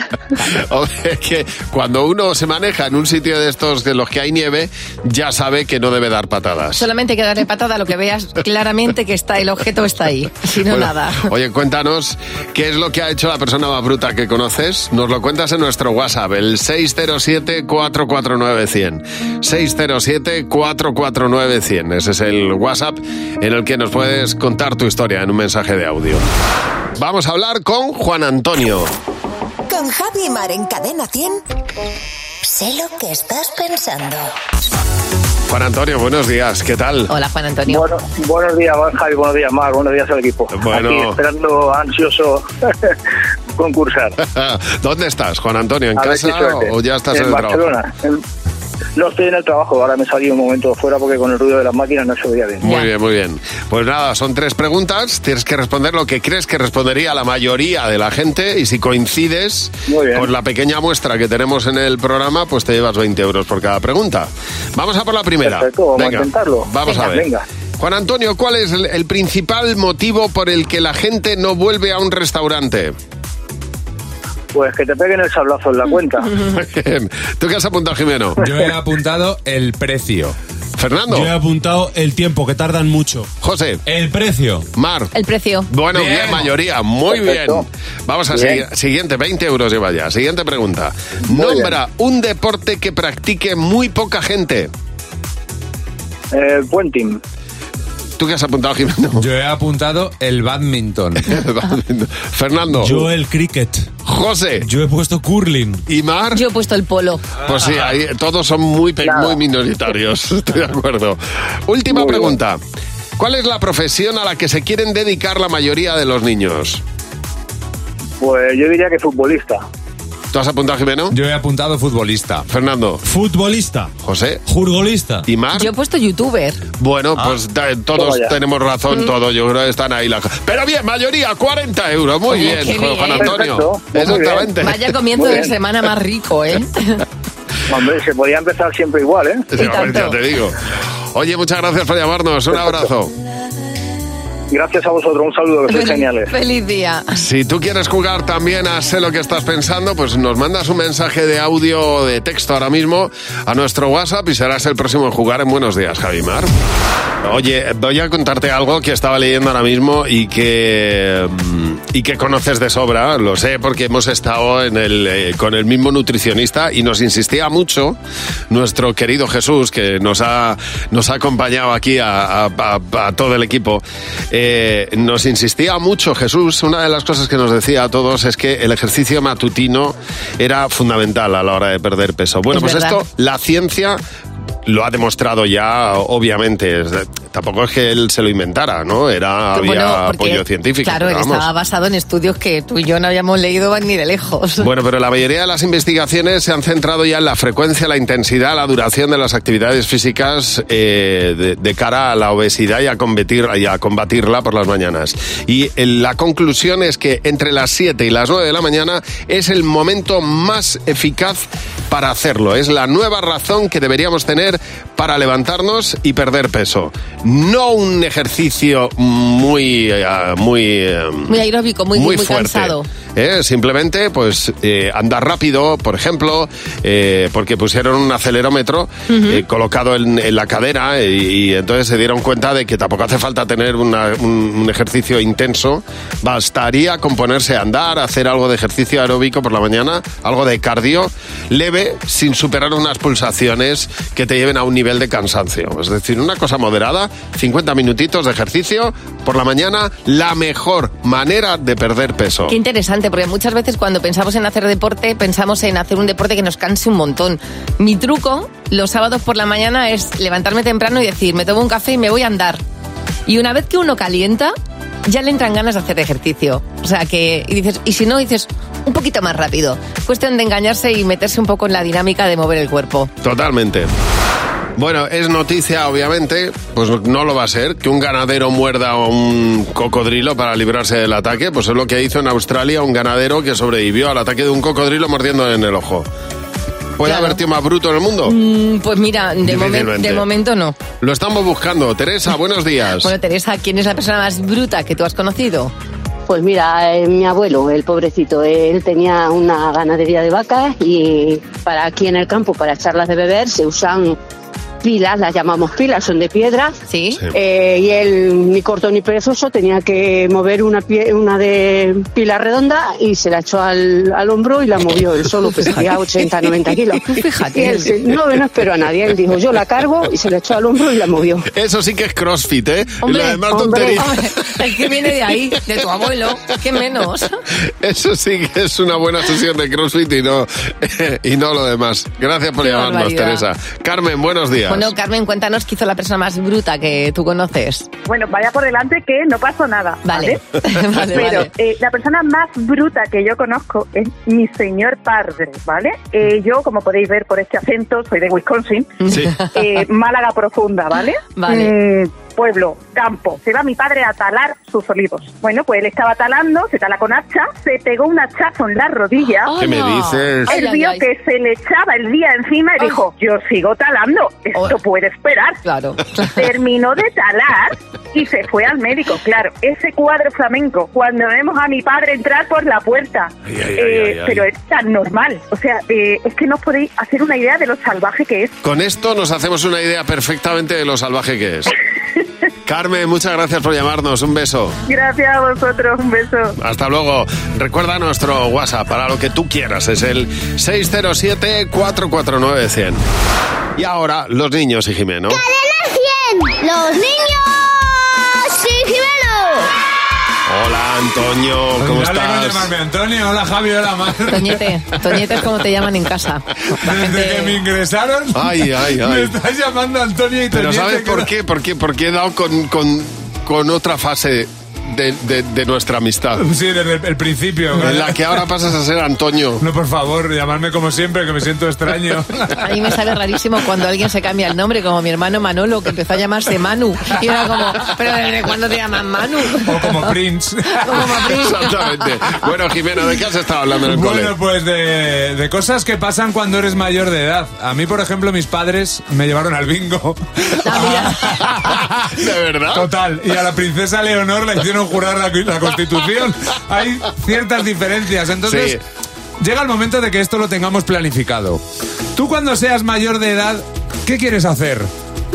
[SPEAKER 3] Hombre, es que cuando uno se maneja en un sitio de estos de los que hay nieve, ya sabe que no debe dar patadas.
[SPEAKER 4] Solamente hay que darle patada a lo que veas claramente que está el objeto está ahí, si no
[SPEAKER 3] Bueno,
[SPEAKER 4] nada.
[SPEAKER 3] Oye, cuéntanos qué es lo que ha hecho la persona más bruta que conoces. Nos lo cuentas en nuestro WhatsApp, el 607-449-100. 607-449-100. Ese es el WhatsApp en el que nos puedes contar tu historia en un mensaje de audio. Vamos a hablar con Juan Antonio.
[SPEAKER 2] Con Javi Mar en Cadena 100. Sé lo que estás pensando.
[SPEAKER 3] Juan Antonio, buenos días. ¿Qué tal?
[SPEAKER 4] Hola, Juan Antonio.
[SPEAKER 23] Buenos días, Javi. Buenos días, Mar. Buenos días al equipo.
[SPEAKER 3] Bueno.
[SPEAKER 23] Aquí esperando ansioso concursar.
[SPEAKER 3] ¿Dónde estás, Juan Antonio? ¿En
[SPEAKER 23] A ver
[SPEAKER 3] casa
[SPEAKER 23] qué suerte.
[SPEAKER 3] o ya estás en,
[SPEAKER 23] en
[SPEAKER 3] el
[SPEAKER 23] Barcelona.
[SPEAKER 3] trabajo?
[SPEAKER 23] En- No estoy en el trabajo, ahora me salí un momento fuera porque con el ruido de las máquinas no se veía bien.
[SPEAKER 3] Muy bien, muy bien. Pues nada, son tres preguntas. Tienes que responder lo que crees que respondería la mayoría de la gente y si coincides con la pequeña muestra que tenemos en el programa, pues te llevas 20 euros por cada pregunta. Vamos a por la primera.
[SPEAKER 23] Perfecto, vamos a
[SPEAKER 3] Venga,
[SPEAKER 23] intentarlo.
[SPEAKER 3] Vamos
[SPEAKER 23] Venga,
[SPEAKER 3] a ver.
[SPEAKER 23] venga.
[SPEAKER 3] Juan Antonio, ¿cuál es el, el principal motivo por el que la gente no vuelve a un restaurante?
[SPEAKER 23] Pues que te peguen el sablazo en la cuenta.
[SPEAKER 3] ¿Tú qué has apuntado, Jimeno?
[SPEAKER 24] Yo he apuntado el precio.
[SPEAKER 3] Fernando.
[SPEAKER 16] Yo he apuntado el tiempo, que tardan mucho.
[SPEAKER 3] José.
[SPEAKER 16] El precio.
[SPEAKER 3] Mar.
[SPEAKER 4] El precio.
[SPEAKER 3] Bueno, bien, mayoría, muy
[SPEAKER 16] Perfecto.
[SPEAKER 3] bien. Vamos a
[SPEAKER 16] Bien.
[SPEAKER 3] seguir. Siguiente, 20 euros lleva ya. Siguiente pregunta. Nombra un deporte que practique muy poca gente.
[SPEAKER 23] El puenting.
[SPEAKER 3] ¿Tú qué has apuntado, Jimeno?
[SPEAKER 24] Yo he apuntado el badminton.
[SPEAKER 3] Fernando.
[SPEAKER 16] Yo el cricket.
[SPEAKER 3] José.
[SPEAKER 16] Yo he puesto curling.
[SPEAKER 3] ¿Y Mar?
[SPEAKER 4] Yo he puesto el polo. Ah.
[SPEAKER 3] Pues sí, ahí todos son muy, pe- muy minoritarios, estoy de acuerdo. Última pregunta. ¿Cuál es la profesión a la que se quieren dedicar la mayoría de los niños?
[SPEAKER 23] Pues yo diría que futbolista.
[SPEAKER 3] ¿Tú has apuntado, Jimeno?
[SPEAKER 24] Yo he apuntado futbolista.
[SPEAKER 3] Fernando.
[SPEAKER 16] Futbolista.
[SPEAKER 3] José.
[SPEAKER 16] Jurgolista.
[SPEAKER 3] ¿Y Mar?
[SPEAKER 4] Yo he puesto youtuber.
[SPEAKER 3] Bueno, pues da- todos
[SPEAKER 4] Vaya.
[SPEAKER 3] tenemos razón,
[SPEAKER 4] Ah. Mm.
[SPEAKER 3] todos. Yo creo que están ahí. La... Pero bien, mayoría, 40 euros. Muy
[SPEAKER 4] Oye,
[SPEAKER 3] bien,
[SPEAKER 4] qué
[SPEAKER 3] Juan Juan
[SPEAKER 4] bien.
[SPEAKER 23] pues
[SPEAKER 3] Antonio. Exactamente.
[SPEAKER 4] Vaya comienzo de semana más rico, ¿eh?
[SPEAKER 23] Hombre, se podía empezar siempre igual, ¿eh?
[SPEAKER 3] Sí, hombre, ya te digo. Oye, muchas gracias por llamarnos. Un abrazo.
[SPEAKER 23] Gracias a vosotros, un saludo, que sois geniales.
[SPEAKER 4] Feliz día.
[SPEAKER 3] Si tú quieres jugar también a Sé lo que estás pensando, pues nos mandas un mensaje de audio o de texto ahora mismo a nuestro WhatsApp y serás el próximo en jugar en Buenos Días, Javimar. Oye, voy a contarte algo que estaba leyendo ahora mismo y que, mm, y que conoces de sobra, lo sé, porque hemos estado en el, eh, con el mismo nutricionista y nos insistía mucho nuestro querido Jesús, que nos ha, nos ha acompañado aquí a, a- a- a todo el equipo. Eh, nos insistía mucho Jesús, una de las cosas que nos decía a todos es que el ejercicio matutino era fundamental a la hora de perder peso. Bueno,
[SPEAKER 10] Es
[SPEAKER 3] pues
[SPEAKER 10] verdad.
[SPEAKER 3] esto la ciencia lo ha demostrado ya, obviamente. Es de- Tampoco es que él se lo inventara, ¿no? Era, había
[SPEAKER 4] Bueno, porque,
[SPEAKER 3] apoyo científico.
[SPEAKER 4] Claro,
[SPEAKER 3] pero
[SPEAKER 4] él
[SPEAKER 3] vamos.
[SPEAKER 4] estaba basado en estudios que tú y yo no habíamos leído ni de lejos.
[SPEAKER 3] Bueno, pero la mayoría de las investigaciones se han centrado ya en la frecuencia, la intensidad, la duración de las actividades físicas eh, de, de cara a la obesidad y a, combatir, y a combatirla por las mañanas. Y eh, la conclusión es que entre las 7 y las 9 de la mañana es el momento más eficaz para hacerlo. Es la nueva razón que deberíamos tener para levantarnos y perder peso. No un ejercicio muy... eh, muy eh,
[SPEAKER 4] Muy aeróbico, muy, muy,
[SPEAKER 3] fuerte.
[SPEAKER 4] cansado.
[SPEAKER 3] ¿eh? Simplemente, pues, eh, andar rápido, por ejemplo, eh, porque pusieron un acelerómetro eh, colocado en, en la cadera eh, y, entonces se dieron cuenta de que tampoco hace falta tener una- un, un ejercicio intenso. Bastaría con ponerse a andar, hacer algo de ejercicio aeróbico por la mañana, algo de cardio leve, sin superar unas pulsaciones que te lleven a un nivel de cansancio. Es decir, una cosa moderada, 50 minutitos de ejercicio por la mañana, la mejor manera de perder peso.
[SPEAKER 4] Qué interesante, porque muchas veces cuando pensamos en hacer deporte, pensamos en hacer un deporte que nos canse un montón. Mi truco los sábados por la mañana es levantarme temprano y decir, me tomo un café y me voy a andar. Y una vez que uno calienta, ya le entran ganas de hacer ejercicio. O sea que, y dices, y si no, dices, un poquito más rápido. Cuestión de engañarse y meterse un poco en la dinámica de mover el cuerpo.
[SPEAKER 3] Totalmente. Bueno, es noticia, obviamente, pues no lo va a ser, que un ganadero muerda a un cocodrilo para librarse del ataque, pues es lo que hizo en Australia un ganadero que sobrevivió al ataque de un cocodrilo mordiéndole en el ojo. ¿Puede haber tío más bruto en el mundo?
[SPEAKER 4] Mm, Pues mira, de, momen-
[SPEAKER 3] Difícilmente.
[SPEAKER 4] de momento no.
[SPEAKER 3] Lo estamos buscando. Teresa, buenos días.
[SPEAKER 4] Bueno, Teresa, ¿quién es la persona más bruta que tú has conocido?
[SPEAKER 18] Pues mira, eh, mi abuelo, el pobrecito, él tenía una ganadería de vacas y para aquí en el campo, para echarlas de beber, se usan pilas, las llamamos pilas, son de piedra.
[SPEAKER 4] Sí.
[SPEAKER 18] Eh, y él, ni corto ni perezoso, tenía que mover una, pie- una de pila redonda y se la echó al, al hombro y la movió él solo, pesaba 80, 90 kilos.
[SPEAKER 4] Fíjate.
[SPEAKER 18] Y él, se- no, no espero a nadie, él dijo, yo la cargo y se la echó al hombro y la movió.
[SPEAKER 3] Eso sí que es crossfit, ¿eh?
[SPEAKER 18] Hombre,
[SPEAKER 3] Lo demás
[SPEAKER 18] hombre.
[SPEAKER 3] tontería.
[SPEAKER 4] Hombre, el que viene de ahí, de tu abuelo, ¿qué menos?
[SPEAKER 3] Eso sí que es una buena sesión de crossfit y no, y no lo demás. Gracias por
[SPEAKER 4] Qué
[SPEAKER 3] llamarnos,
[SPEAKER 4] barbaridad.
[SPEAKER 3] Teresa. Carmen, buenos días.
[SPEAKER 4] Bueno, Carmen, cuéntanos qué hizo la persona más bruta que tú conoces.
[SPEAKER 10] Bueno, vaya por delante que no pasó nada.
[SPEAKER 4] Vale. Vale,
[SPEAKER 10] Pero
[SPEAKER 4] vale.
[SPEAKER 10] eh, la persona más bruta que yo conozco es mi señor padre, ¿vale? Eh, yo, como podéis ver por este acento, soy de Wisconsin,
[SPEAKER 25] Sí.
[SPEAKER 10] eh, Málaga profunda, ¿vale?
[SPEAKER 25] Vale.
[SPEAKER 10] Mm, pueblo, campo. Se va mi padre a talar sus olivos. Bueno, pues él estaba talando, se tala con hacha, se pegó un hachazo en la
[SPEAKER 4] Ah,
[SPEAKER 10] rodilla.
[SPEAKER 3] ¿Qué me dices?
[SPEAKER 10] Él vio que se le echaba el día encima y dijo, yo sigo talando, esto puede esperar.
[SPEAKER 4] Claro.
[SPEAKER 10] Terminó de talar y se fue al médico, claro. Ese cuadro flamenco, cuando vemos a mi padre entrar por la puerta,
[SPEAKER 9] Ay, ay,
[SPEAKER 10] eh,
[SPEAKER 9] ay, ay, ay.
[SPEAKER 10] pero es tan normal. O sea, eh, es que no os podéis hacer una idea de lo salvaje que es.
[SPEAKER 3] Con esto nos hacemos una idea perfectamente de lo salvaje que es. Carmen, muchas gracias por llamarnos. Un beso.
[SPEAKER 10] Gracias a vosotros, un beso.
[SPEAKER 3] Hasta luego. Recuerda nuestro WhatsApp para lo que tú quieras. Es el 607-449-100. Y ahora, los niños y Jimeno.
[SPEAKER 9] ¡Los niños! ¡Sí,
[SPEAKER 3] Hola, Antonio. ¿Cómo estás?
[SPEAKER 24] Pues llamarme Antonio, hola Javi, hola Mar.
[SPEAKER 4] Toñete, Toñete es como te llaman en casa.
[SPEAKER 24] Desde que me ingresaron,
[SPEAKER 3] Ay, ay, ay.
[SPEAKER 24] me estás llamando Antonio y
[SPEAKER 3] Pero
[SPEAKER 24] Toñete,
[SPEAKER 3] ¿sabes
[SPEAKER 24] que
[SPEAKER 3] por
[SPEAKER 24] no-
[SPEAKER 3] qué? ¿Por qué? Porque he dado con, con- con otra fase de, de- de nuestra amistad.
[SPEAKER 24] Sí, desde el- el principio.
[SPEAKER 3] En la que ahora pasas a ser Antonio.
[SPEAKER 24] No, por favor, llamarme como siempre, que me siento extraño.
[SPEAKER 4] A mí me sale rarísimo cuando alguien se cambia el nombre, como mi hermano Manolo, que empezó a llamarse Manu. Y era como, ¿pero desde cuándo te llaman Manu? Oh,
[SPEAKER 24] O como Prince.
[SPEAKER 3] Exactamente. Bueno, Jimeno, ¿de qué has estado hablando en el cole?
[SPEAKER 24] Bueno, pues de, de cosas que pasan cuando eres mayor de edad. A mí, por ejemplo, mis padres me llevaron al bingo.
[SPEAKER 3] ¿De verdad?
[SPEAKER 24] Total. Y a la princesa Leonor la hicieron jurar la, la constitución. Hay ciertas diferencias. Entonces, llega el momento de que esto lo tengamos planificado. Tú cuando seas mayor de edad, ¿qué quieres hacer?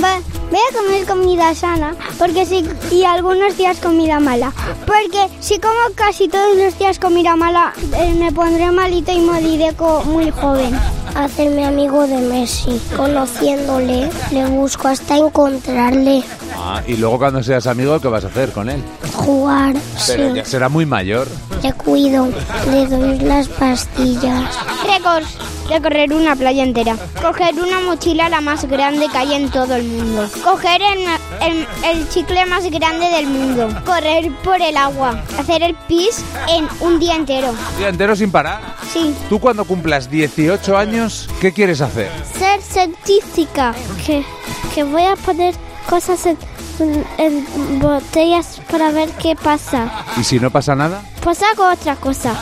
[SPEAKER 26] Va- voy a comer comida sana porque si, y algunos días comida mala. Porque si como casi todos los días comida mala, eh, me pondré malito y moriré co- muy joven. Hacerme amigo de Messi. Conociéndole, le busco hasta encontrarle.
[SPEAKER 27] Ah, y luego cuando seas amigo, ¿qué vas a hacer con él?
[SPEAKER 26] Jugar,
[SPEAKER 27] Pero
[SPEAKER 26] sí.
[SPEAKER 27] ya será muy mayor.
[SPEAKER 26] Le cuido, le doy las pastillas. Récords. Recorrer una playa entera. Coger una mochila la más grande que hay en todo el mundo. Coger el, el- el chicle más grande del mundo. Correr por el agua. Hacer el pis en un día entero.
[SPEAKER 27] Día entero sin parar.
[SPEAKER 26] Sí.
[SPEAKER 27] Tú cuando cumplas 18 años, ¿qué quieres hacer?
[SPEAKER 26] Ser científica. Que, que voy a poner cosas en, en botellas para ver qué pasa.
[SPEAKER 27] ¿Y si no pasa nada?
[SPEAKER 26] Pues hago otra cosa.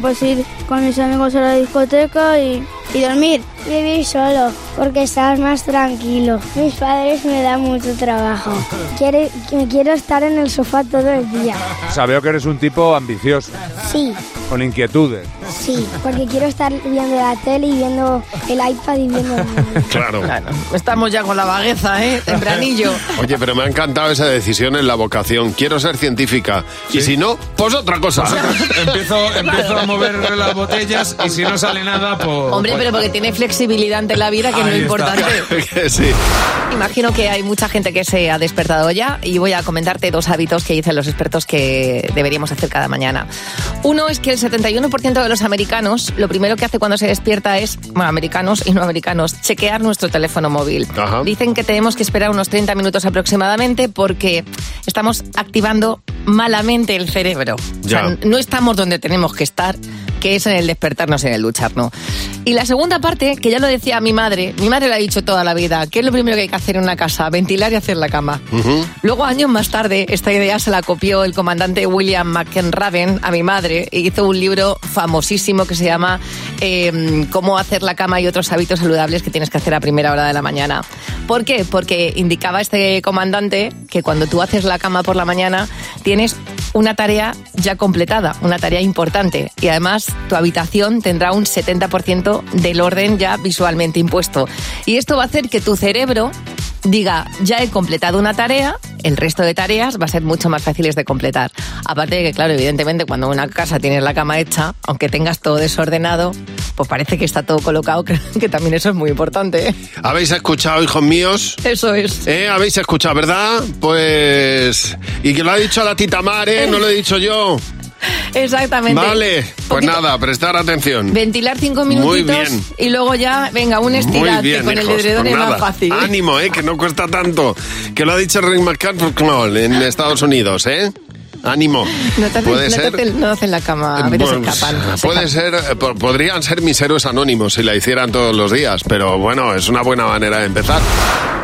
[SPEAKER 26] Pues ir con mis amigos a la discoteca y, dormir. Vivir solo, porque estás más tranquilo. Mis padres me dan mucho trabajo. Quiere, que quiero estar en el sofá todo el día.
[SPEAKER 27] O sea, veo que eres un tipo ambicioso,
[SPEAKER 26] Sí,
[SPEAKER 27] con inquietudes.
[SPEAKER 26] sí, porque quiero estar viendo la tele y viendo el iPad y viendo...
[SPEAKER 3] Claro.
[SPEAKER 4] Estamos ya con la vagueza, ¿eh? Tempranillo.
[SPEAKER 3] Oye, pero me ha encantado esa decisión en la vocación. Quiero ser científica. Y si no, pues otra cosa.
[SPEAKER 24] Empiezo, empiezo a mover las botellas y si no sale nada, pues...
[SPEAKER 4] Hombre, pero porque tiene flexibilidad ante la vida, que es lo importante.
[SPEAKER 3] Que sí.
[SPEAKER 4] Imagino que hay mucha gente que se ha despertado ya y voy a comentarte dos hábitos que dicen los expertos que deberíamos hacer cada mañana. Uno es que el 71% de los americanos lo primero que hace cuando se despierta es, bueno, americanos y no americanos, chequear nuestro teléfono móvil. Dicen que tenemos que esperar unos 30 minutos aproximadamente porque estamos activando malamente el cerebro. O sea,
[SPEAKER 9] Ya.
[SPEAKER 4] no estamos donde tenemos que estar que es en el despertarnos, en el ducharnos. Y la segunda parte, que ya lo decía mi madre, mi madre lo ha dicho toda la vida, que es lo primero que hay que hacer en una casa, ventilar y hacer la cama. Luego, años más tarde, esta idea se la copió el comandante William McEnraven a mi madre e hizo un libro famosísimo que se llama eh, Cómo hacer la cama y otros hábitos saludables que tienes que hacer a primera hora de la mañana. ¿Por qué? Porque indicaba este comandante que cuando tú haces la cama por la mañana tienes una tarea ya completada, una tarea importante. Y además tu habitación tendrá un 70% del orden ya visualmente impuesto. Y esto va a hacer que tu cerebro diga, ya he completado una tarea, el resto de tareas va a ser mucho más fáciles de completar. Aparte de que, claro, evidentemente cuando en una casa tienes la cama hecha, aunque tengas todo desordenado, pues parece que está todo colocado, que, que también eso es muy importante. ¿eh?
[SPEAKER 3] ¿Habéis escuchado, hijos míos?
[SPEAKER 4] Eso es.
[SPEAKER 3] ¿Eh? ¿Habéis escuchado, verdad? Pues... Y que lo ha dicho la tita
[SPEAKER 4] Eh.
[SPEAKER 3] Mare, no lo he dicho yo.
[SPEAKER 4] Exactamente.
[SPEAKER 3] Vale, pues nada, prestar atención.
[SPEAKER 4] Ventilar cinco
[SPEAKER 3] Muy
[SPEAKER 4] minutitos
[SPEAKER 3] bien.
[SPEAKER 4] y luego ya, venga, un estirate
[SPEAKER 3] Muy bien,
[SPEAKER 4] con el
[SPEAKER 3] hijos,
[SPEAKER 4] edredón
[SPEAKER 3] pues
[SPEAKER 4] es más
[SPEAKER 3] nada.
[SPEAKER 4] fácil.
[SPEAKER 3] Ánimo, eh, que no cuesta tanto. Que lo ha dicho Rick McCartney en Estados Unidos, ¿eh? Ánimo.
[SPEAKER 4] No te hacen,
[SPEAKER 3] Puede
[SPEAKER 4] no te
[SPEAKER 3] ser.
[SPEAKER 4] hacen- no hacen la cama, a veces
[SPEAKER 3] Pues,
[SPEAKER 4] escapan. se
[SPEAKER 3] puede ser, eh, po- podrían ser mis héroes anónimos si la hicieran todos los días, pero bueno, es una buena manera de empezar.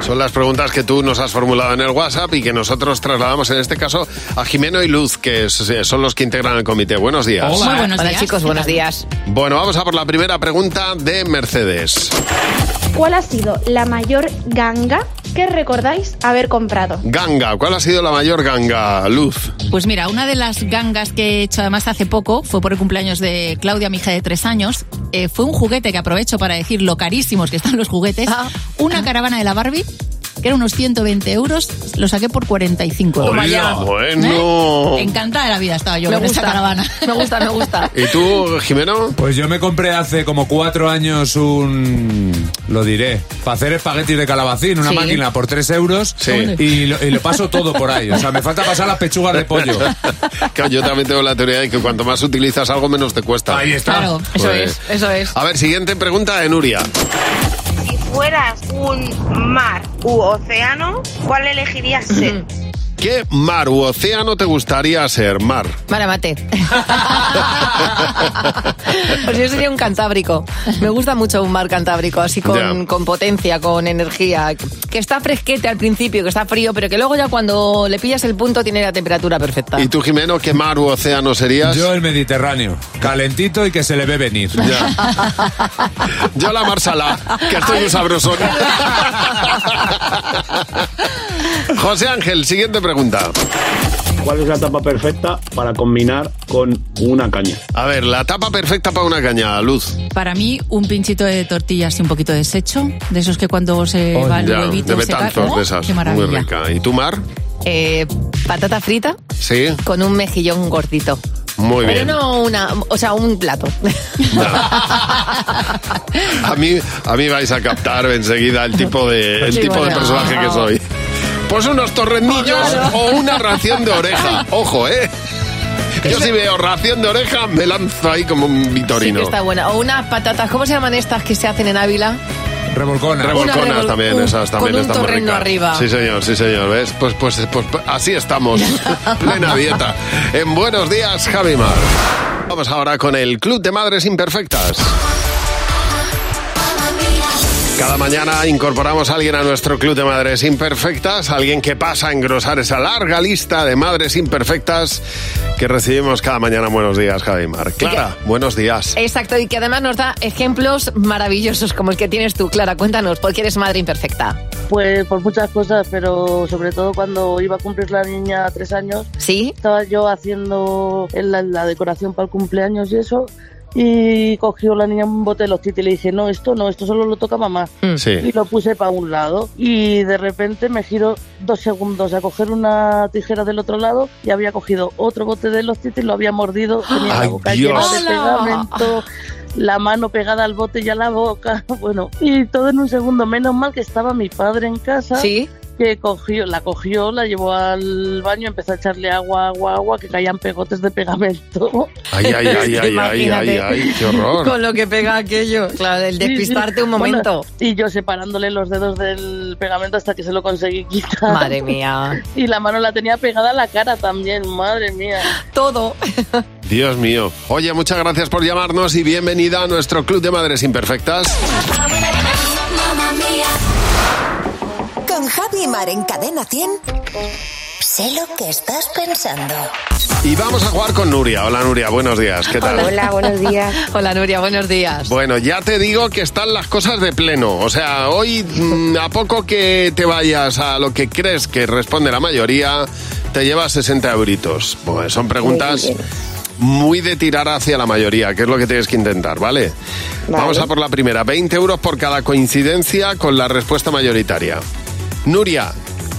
[SPEAKER 3] Son las preguntas que tú nos has formulado en el WhatsApp y que nosotros trasladamos en este caso a Jimeno y Luz, que es- eh, son los que integran el comité. Buenos días.
[SPEAKER 4] Muy buenos días. chicos, buenos días.
[SPEAKER 3] Bueno, vamos a por la primera pregunta de Mercedes.
[SPEAKER 6] ¿Cuál ha sido la mayor ganga que recordáis haber comprado?
[SPEAKER 3] Ganga, ¿cuál ha sido la mayor ganga, Luz?
[SPEAKER 7] Pues mira, una de las gangas que he hecho además hace poco fue por el cumpleaños de Claudia, mi hija de tres años. Eh, fue un juguete que aprovecho para decir lo carísimos que están los juguetes.
[SPEAKER 4] Ah.
[SPEAKER 7] Una caravana de la Barbie, que era unos 120 euros, lo saqué por 45 euros. ¿Eh?
[SPEAKER 3] Hola, bueno.
[SPEAKER 4] ¿Eh?
[SPEAKER 7] Encantada de la vida estaba yo
[SPEAKER 4] Me
[SPEAKER 7] con esa
[SPEAKER 4] gusta.
[SPEAKER 7] caravana.
[SPEAKER 4] Me gusta, me gusta.
[SPEAKER 3] ¿Y tú, Jimeno?
[SPEAKER 24] Pues yo me compré hace como cuatro años un. Lo diré. Para hacer espaguetis de calabacín, una
[SPEAKER 7] Sí.
[SPEAKER 24] máquina por tres euros.
[SPEAKER 3] Sí.
[SPEAKER 24] Y, lo, y lo paso todo por ahí. O sea, me falta pasar las pechugas de pollo.
[SPEAKER 3] Claro, yo también tengo la teoría de que cuanto más utilizas algo, menos te cuesta. Ahí
[SPEAKER 24] está. Claro,
[SPEAKER 4] eso es, eso es.
[SPEAKER 3] A ver, siguiente pregunta de Nuria.
[SPEAKER 8] Si fueras un mar u océano, ¿cuál elegirías ser?
[SPEAKER 3] ¿Qué mar u océano te gustaría ser? Mar.
[SPEAKER 4] Maramate. pues yo sería un cantábrico. Me gusta mucho un mar cantábrico, así con,
[SPEAKER 3] Ya.
[SPEAKER 4] con potencia, con energía. Que está fresquete al principio, que está frío, pero que luego ya cuando le pillas el punto tiene la temperatura perfecta.
[SPEAKER 3] ¿Y tú, Jimeno, qué mar u océano serías?
[SPEAKER 24] Yo el Mediterráneo. Calentito y que se le ve venir.
[SPEAKER 3] Yo la Marsala, que estoy un sabrosón. José Ángel, siguiente pregunta.
[SPEAKER 9] ¿Cuál es la tapa perfecta para combinar con una caña?
[SPEAKER 3] A ver, la tapa perfecta para una caña, Luz.
[SPEAKER 7] Para mí, un pinchito de tortillas y un poquito de secho, de esos que cuando se va el
[SPEAKER 3] Ya,
[SPEAKER 7] huevito
[SPEAKER 3] de
[SPEAKER 7] se cae.
[SPEAKER 3] betanzos
[SPEAKER 7] ¡Oh,
[SPEAKER 3] de esas.
[SPEAKER 7] Qué
[SPEAKER 3] Muy
[SPEAKER 7] maravilla.
[SPEAKER 3] rica. ¿Y tú, Mar?
[SPEAKER 4] Eh, patata frita
[SPEAKER 3] Sí,
[SPEAKER 4] con un mejillón gordito.
[SPEAKER 3] muy
[SPEAKER 4] pero
[SPEAKER 3] bien.
[SPEAKER 4] no una, o sea, un plato.
[SPEAKER 3] A mí, a mí vais a captar enseguida el tipo de, el
[SPEAKER 4] Sí,
[SPEAKER 3] tipo de
[SPEAKER 4] bueno.
[SPEAKER 3] personaje que soy. Pues unos torrendillos o una ración de oreja. Ojo, ¿eh? Yo si veo ración de oreja, me lanzo ahí como un
[SPEAKER 4] Sí
[SPEAKER 3] vitorino.
[SPEAKER 4] que está buena. O unas patatas, ¿cómo se llaman estas que se hacen en Ávila?
[SPEAKER 24] Revolconas.
[SPEAKER 4] Una
[SPEAKER 3] Revolconas
[SPEAKER 4] revol-
[SPEAKER 3] también,
[SPEAKER 4] un-
[SPEAKER 3] esas también
[SPEAKER 4] con un
[SPEAKER 3] están muy
[SPEAKER 4] torrendo
[SPEAKER 3] ricas.
[SPEAKER 4] arriba.
[SPEAKER 3] Sí, señor, sí, señor. ¿Ves? Pues, pues, pues, pues, así estamos. Plena dieta. En Buenos Días, Javi Mar. Vamos ahora con el Club de Madres Imperfectas. Cada mañana incorporamos a alguien a nuestro club de madres imperfectas, alguien que pasa a engrosar esa larga lista de madres imperfectas que recibimos cada mañana. en Buenos días, Javi Mar. Clara, buenos días.
[SPEAKER 4] Exacto, y que además nos da ejemplos maravillosos como el que tienes tú, Clara. Cuéntanos, porque eres madre imperfecta.
[SPEAKER 12] Pues por muchas cosas, pero sobre todo cuando iba a cumplir la niña tres años,
[SPEAKER 4] ¿Sí?
[SPEAKER 12] estaba yo haciendo en la, la decoración para el cumpleaños y eso, y cogió la niña un bote de los títeres y le dije, no, esto no, esto solo lo toca mamá.
[SPEAKER 13] Sí.
[SPEAKER 12] Y lo puse para un lado y de repente me giro dos segundos a coger una tijera del otro lado y había cogido otro bote de los títeres, lo había mordido, tenía
[SPEAKER 28] ¡Ay,
[SPEAKER 12] la boca
[SPEAKER 28] Dios!
[SPEAKER 12] llena de
[SPEAKER 28] ¡Hala!
[SPEAKER 12] pegamento,
[SPEAKER 4] Ah,
[SPEAKER 12] la mano pegada al bote y a la boca, bueno, y todo en un segundo. Menos mal que estaba mi padre en casa.
[SPEAKER 4] Sí.
[SPEAKER 12] Que cogió, la cogió, la llevó al baño, empezó a echarle agua, agua, agua, que caían pegotes de pegamento.
[SPEAKER 3] Ay, ay, ay, ay, ay, ay,
[SPEAKER 12] Imagínate.
[SPEAKER 3] ay, qué horror.
[SPEAKER 4] Con lo que pega aquello, claro, el
[SPEAKER 12] Sí, sí.
[SPEAKER 4] despistarte un momento.
[SPEAKER 12] Bueno, y yo separándole los dedos del pegamento hasta que se lo conseguí quitar.
[SPEAKER 4] Madre mía.
[SPEAKER 12] Y la mano la tenía pegada a la cara también, madre mía.
[SPEAKER 4] Todo.
[SPEAKER 3] Dios mío. Oye, muchas gracias por llamarnos y bienvenida a nuestro Club de Madres Imperfectas.
[SPEAKER 2] Con Javi y Mar en Cadena 100. Sé lo que estás pensando.
[SPEAKER 3] Y vamos a jugar con Nuria. Hola Nuria, buenos días. ¿Qué tal?
[SPEAKER 4] buenos días. Hola, Nuria, buenos días.
[SPEAKER 3] Bueno, ya te digo que están las cosas de pleno. O sea, hoy mm, a poco que te vayas a lo que crees que responde la mayoría, te llevas 60 euritos. Bueno, son preguntas muy de tirar hacia la mayoría, que es lo que tienes que intentar, ¿vale? Vamos a por la primera. 20 euros por cada coincidencia con la respuesta mayoritaria. Nuria,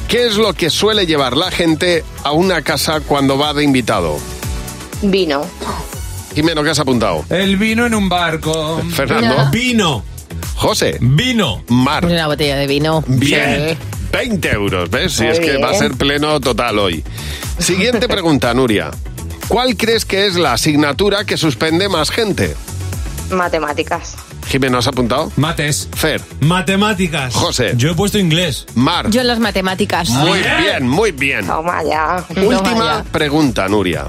[SPEAKER 3] ¿qué es lo que suele llevar la gente a una casa cuando va de invitado?
[SPEAKER 20] Vino.
[SPEAKER 3] Jimeno, ¿qué has apuntado?
[SPEAKER 24] El vino en un barco.
[SPEAKER 3] Fernando.
[SPEAKER 4] No.
[SPEAKER 3] Vino. José.
[SPEAKER 16] Vino.
[SPEAKER 3] Mar.
[SPEAKER 4] Una botella de vino.
[SPEAKER 3] Bien. 20 euros, ¿ves? Si
[SPEAKER 4] Muy
[SPEAKER 3] es que va a
[SPEAKER 4] bien.
[SPEAKER 3] ser pleno total hoy. Siguiente pregunta, Nuria. ¿Cuál crees que es la asignatura que suspende más gente?
[SPEAKER 19] Matemáticas.
[SPEAKER 3] Jimeno, ¿has apuntado?
[SPEAKER 24] Mates.
[SPEAKER 3] Fer.
[SPEAKER 16] Matemáticas.
[SPEAKER 3] José.
[SPEAKER 16] Yo he puesto inglés.
[SPEAKER 3] Mar.
[SPEAKER 4] Yo en las matemáticas.
[SPEAKER 3] Muy bien, muy bien.
[SPEAKER 19] Toma ya.
[SPEAKER 3] Última pregunta, Nuria.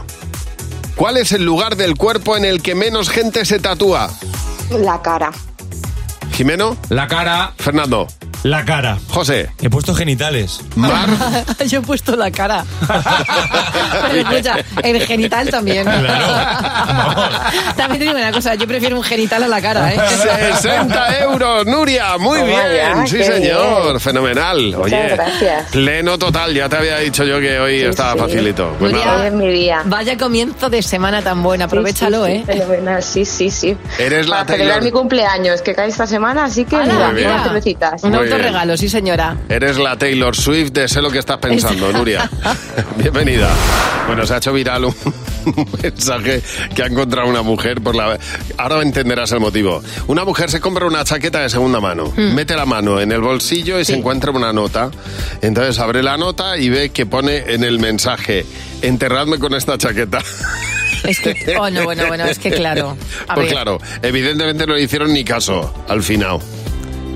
[SPEAKER 3] ¿Cuál es el lugar del cuerpo en el que menos gente se tatúa?
[SPEAKER 19] La cara.
[SPEAKER 3] Jimeno.
[SPEAKER 24] La cara.
[SPEAKER 3] Fernando.
[SPEAKER 16] La cara.
[SPEAKER 3] José.
[SPEAKER 16] He puesto genitales.
[SPEAKER 3] Mar.
[SPEAKER 4] Yo he puesto la cara. Pero escucha, el genital también. también te digo una cosa, yo prefiero un genital a la cara, ¿eh?
[SPEAKER 3] 60 euros, Nuria. Muy
[SPEAKER 4] Toma
[SPEAKER 3] bien,
[SPEAKER 4] ya,
[SPEAKER 3] sí
[SPEAKER 4] Oh, qué
[SPEAKER 3] señor, fenomenal.
[SPEAKER 4] Muchas
[SPEAKER 3] Oye,
[SPEAKER 4] gracias.
[SPEAKER 3] pleno total, ya te había dicho yo que hoy estaba facilito. Pues
[SPEAKER 4] Nuria,
[SPEAKER 3] nada,
[SPEAKER 4] Vaya comienzo de semana tan buena, aprovechalo, ¿eh.
[SPEAKER 19] Fenomenal, sí, sí, sí.
[SPEAKER 3] eres la
[SPEAKER 19] Para celebrar
[SPEAKER 3] Taylor-
[SPEAKER 19] mi cumpleaños, que cae esta semana, así que
[SPEAKER 3] Ala,
[SPEAKER 19] mira,
[SPEAKER 3] Muy bien.
[SPEAKER 19] unas cervecitas.
[SPEAKER 3] Un Muy bien. autorregalo,
[SPEAKER 4] sí señora.
[SPEAKER 3] Eres la Taylor Swift de sé lo que estás pensando, Nuria. Bienvenida. Bueno, se ha hecho viral un mensaje que ha encontrado una mujer por la... Ahora entenderás el motivo. Una mujer se compra una chaqueta de segunda mano,
[SPEAKER 4] Mm.
[SPEAKER 3] mete la mano en el bolsillo y se encuentra una nota. Entonces abre la nota y ve que pone en el mensaje, enterradme con esta chaqueta.
[SPEAKER 4] Es que, oh, no, bueno, bueno, es que claro. A
[SPEAKER 3] pues
[SPEAKER 4] ver.
[SPEAKER 3] claro, evidentemente no le hicieron ni caso al final.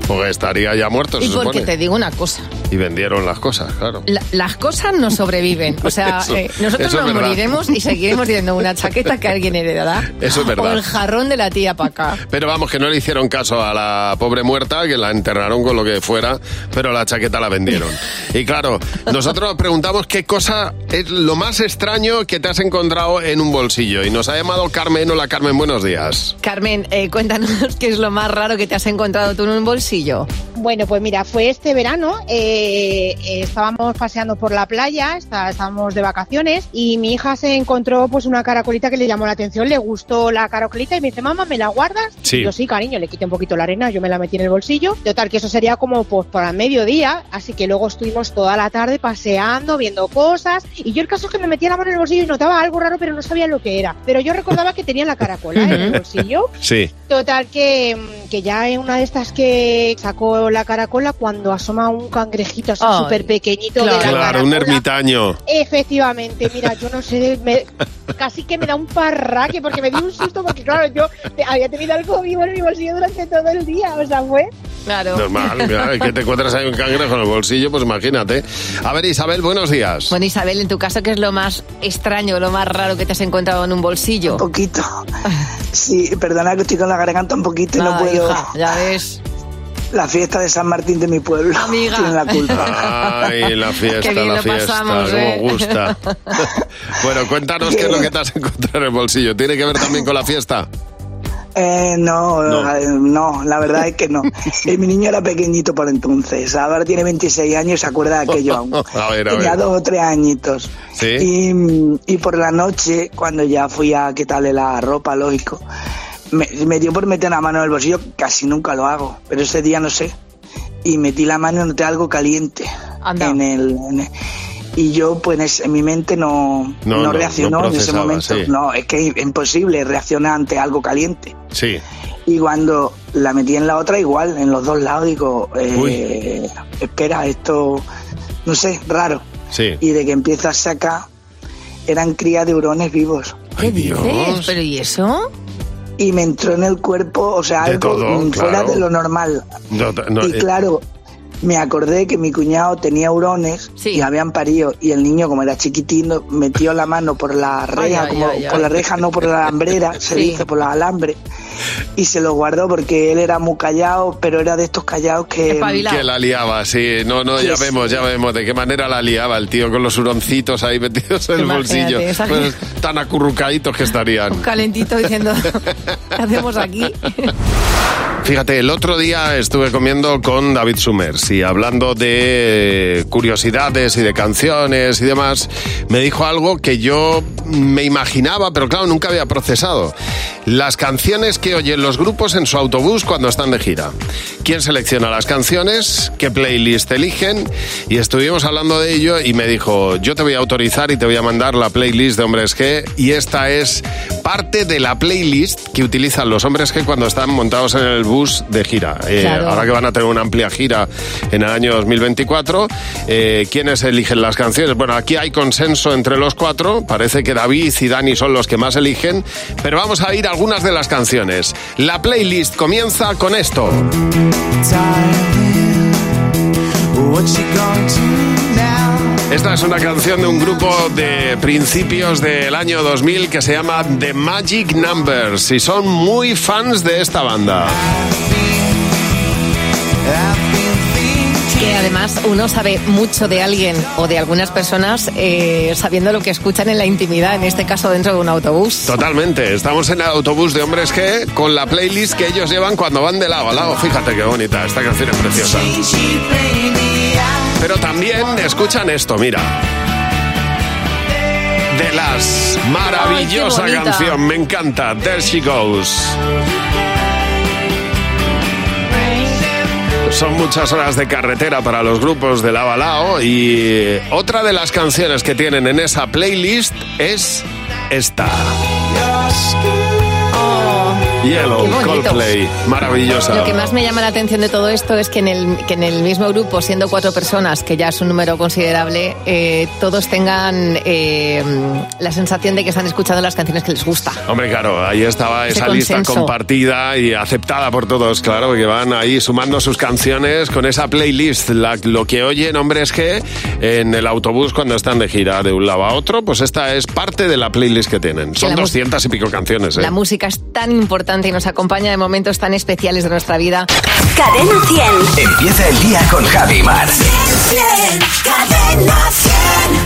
[SPEAKER 3] Porque estaría ya muerto, se
[SPEAKER 4] Y porque
[SPEAKER 3] supone.
[SPEAKER 4] te digo una cosa,
[SPEAKER 3] Y vendieron las cosas, claro.
[SPEAKER 4] la- las cosas no sobreviven. O sea,
[SPEAKER 3] Eso-
[SPEAKER 4] eh, nosotros
[SPEAKER 3] eso es
[SPEAKER 4] nos
[SPEAKER 3] verdad.
[SPEAKER 4] moriremos y seguiremos teniendo una chaqueta que alguien heredará.
[SPEAKER 3] Eso es
[SPEAKER 4] O
[SPEAKER 3] verdad.
[SPEAKER 4] Ah, el jarrón de la tía para acá.
[SPEAKER 3] Pero vamos, que no le hicieron caso a la pobre muerta, que la enterraron con lo que fuera, pero la chaqueta la vendieron. Y claro, nosotros nos preguntamos qué cosa es lo más extraño que te has encontrado en un bolsillo. Y nos ha llamado Carmen. Hola Carmen, buenos días.
[SPEAKER 4] Carmen, eh, cuéntanos qué es lo más raro que te has encontrado tú en un bolsillo.
[SPEAKER 11] Bueno, pues mira, fue este verano, eh, eh, estábamos paseando por la playa, está- estábamos de vacaciones y mi hija se encontró pues una caracolita que le llamó la atención, le gustó la caracolita y me dice, mamá, ¿me la guardas?
[SPEAKER 13] Sí.
[SPEAKER 11] Yo sí, cariño, le quité un poquito la arena, yo me la metí en el bolsillo. Total, que eso sería como pues para el mediodía, así que luego estuvimos toda la tarde paseando, viendo cosas y yo el caso es que me metía la mano en el bolsillo y notaba algo raro pero no sabía lo que era. Pero yo recordaba que tenía la caracola en el bolsillo
[SPEAKER 3] Sí.
[SPEAKER 11] Total que, mm, que ya en una de estas que sacó la caracola cuando asoma un cangrejito así
[SPEAKER 4] Ay,
[SPEAKER 11] súper pequeñito de la
[SPEAKER 3] Claro, un
[SPEAKER 11] caracola.
[SPEAKER 3] ermitaño.
[SPEAKER 11] Efectivamente, mira, yo no sé, me- casi que me da un parraque porque me di un susto porque claro, yo te- había tenido algo vivo en mi bolsillo durante todo el día, o sea, fue...
[SPEAKER 4] Claro.
[SPEAKER 3] Normal, mira, es que te encuentras ahí un cangrejo en el bolsillo, pues imagínate. A ver, Isabel, buenos días.
[SPEAKER 4] Bueno, Isabel, en tu caso, ¿qué es lo más extraño, lo más raro que te has encontrado en un bolsillo? Un
[SPEAKER 14] poquito. Sí, perdona que estoy con la garganta un poquito y no
[SPEAKER 4] Nada,
[SPEAKER 14] puedo.
[SPEAKER 4] hija, ya ves.
[SPEAKER 14] La fiesta de San Martín de mi pueblo.
[SPEAKER 4] Amiga.
[SPEAKER 14] Tiene la culpa.
[SPEAKER 3] Ay, la fiesta,
[SPEAKER 14] Qué bien
[SPEAKER 3] la
[SPEAKER 14] lo
[SPEAKER 3] fiesta,
[SPEAKER 14] pasamos,
[SPEAKER 3] cómo
[SPEAKER 14] ¿eh?
[SPEAKER 3] gusta. Bueno, cuéntanos qué es lo que te has encontrado en el bolsillo. ¿Tiene que ver también con la fiesta?
[SPEAKER 14] Eh, no,
[SPEAKER 3] No.
[SPEAKER 14] eh, no, la verdad es que no. Eh, mi niño era pequeñito por entonces. Ahora tiene 26 años, se acuerda de aquello Ah, aún.
[SPEAKER 3] A ver, a
[SPEAKER 14] Tenía
[SPEAKER 3] ver.
[SPEAKER 14] dos o tres añitos.
[SPEAKER 3] Sí.
[SPEAKER 14] Y, mm, y por la noche, cuando ya fui a quitarle la ropa, lógico, me, me dio por meter la mano en el bolsillo, casi nunca lo hago, pero ese día no sé. Y metí la mano en algo caliente. En el, en el- y yo, pues en ese- en mi mente no,
[SPEAKER 3] No,
[SPEAKER 14] no
[SPEAKER 3] no, no
[SPEAKER 14] reaccionó en ese
[SPEAKER 3] procesaba,
[SPEAKER 14] momento.
[SPEAKER 3] sí.
[SPEAKER 14] No, es que es imposible reaccionar ante algo caliente.
[SPEAKER 3] Sí.
[SPEAKER 14] Y cuando la metí en la otra, igual, en los dos lados, digo, eh, espera, esto, no sé, raro.
[SPEAKER 3] Sí.
[SPEAKER 14] Y de que empieza a sacar, eran crías de hurones vivos.
[SPEAKER 4] ¿Qué dices? ¿Pero y eso?
[SPEAKER 14] Y me entró en el cuerpo, o sea,
[SPEAKER 3] De
[SPEAKER 14] algo
[SPEAKER 3] todo,
[SPEAKER 14] mm, fuera
[SPEAKER 3] claro.
[SPEAKER 14] de lo normal.
[SPEAKER 3] No, no,
[SPEAKER 14] y
[SPEAKER 3] eh,
[SPEAKER 14] claro, me acordé que mi cuñado tenía hurones y habían parido y el niño como era chiquitín no- metió la mano por la reja,
[SPEAKER 2] ay,
[SPEAKER 14] como
[SPEAKER 2] ay, ay.
[SPEAKER 14] por la reja no por la alambrera, se
[SPEAKER 2] Sí.
[SPEAKER 14] dice por la alambre y se lo guardó porque él era muy callado, pero era de estos callados que
[SPEAKER 3] Que la liaba, sí. No, no, ya
[SPEAKER 14] Sí, sí.
[SPEAKER 3] vemos, ya vemos de qué manera la liaba el tío con los huroncitos ahí metidos en el
[SPEAKER 4] Imagínate,
[SPEAKER 3] bolsillo.
[SPEAKER 4] esa-
[SPEAKER 3] Pues, tan acurrucaditos que estarían.
[SPEAKER 4] Calentito diciendo, ¿qué hacemos aquí?
[SPEAKER 3] Fíjate, el otro día estuve comiendo con David Summers y hablando de curiosidades y de canciones y demás, me dijo algo que yo me imaginaba, pero claro, nunca había procesado. Las canciones que oyen los grupos en su autobús cuando están de gira. ¿Quién selecciona las canciones? ¿Qué playlist eligen? Y estuvimos hablando de ello y me dijo, yo te voy a autorizar y te voy a mandar la playlist de Hombres G y esta es parte de la playlist que utilizan los hombres G cuando están montados en el bus de gira. Eh,
[SPEAKER 13] Claro.
[SPEAKER 3] Ahora que van a tener una amplia gira en el año 2024, eh, ¿quiénes eligen las canciones? Bueno, aquí hay consenso entre los cuatro, parece que David y Dani son los que más eligen, pero vamos a ir a algunas de las canciones. La playlist comienza con esto. Esta es una canción de un grupo de principios del año 2000 que se llama The Magic Numbers y son muy fans de esta banda.
[SPEAKER 4] Que además uno sabe mucho de alguien o de algunas personas eh, sabiendo lo que escuchan en la intimidad, en este caso dentro de un autobús.
[SPEAKER 3] Totalmente, estamos en el autobús de hombres G con la playlist que ellos llevan cuando van de lado a lado. Fíjate qué bonita, esta canción es preciosa. Pero también escuchan esto, mira. De las maravillosa
[SPEAKER 2] Ay, qué bonita.
[SPEAKER 3] canción, me encanta, There She Goes. Son muchas horas de carretera para los grupos de Lao a Lao y otra de las canciones que tienen en esa playlist es esta. Yellow,
[SPEAKER 4] Qué bonito.
[SPEAKER 3] Coldplay, maravillosa.
[SPEAKER 4] Lo que más me llama la atención de todo esto es que en el, que en el mismo grupo, siendo cuatro personas, que ya es un número considerable, eh, todos tengan eh, la sensación de que están escuchando las canciones que les gusta.
[SPEAKER 3] Hombre, claro, ahí estaba
[SPEAKER 4] Ese
[SPEAKER 3] esa lista
[SPEAKER 4] consenso.
[SPEAKER 3] compartida y aceptada por todos, claro, que van ahí sumando sus canciones con esa playlist. La- lo que oyen, hombre, es que en el autobús cuando están de gira de un lado a otro, pues esta es parte de la playlist que tienen. Son
[SPEAKER 4] la mus-
[SPEAKER 3] 200 y pico canciones, ¿eh?
[SPEAKER 4] La música es tan importante y nos acompaña en momentos tan especiales de nuestra vida.
[SPEAKER 2] Cadena 100.
[SPEAKER 15] Empieza el día con Javi Mar.
[SPEAKER 2] Cadena 100.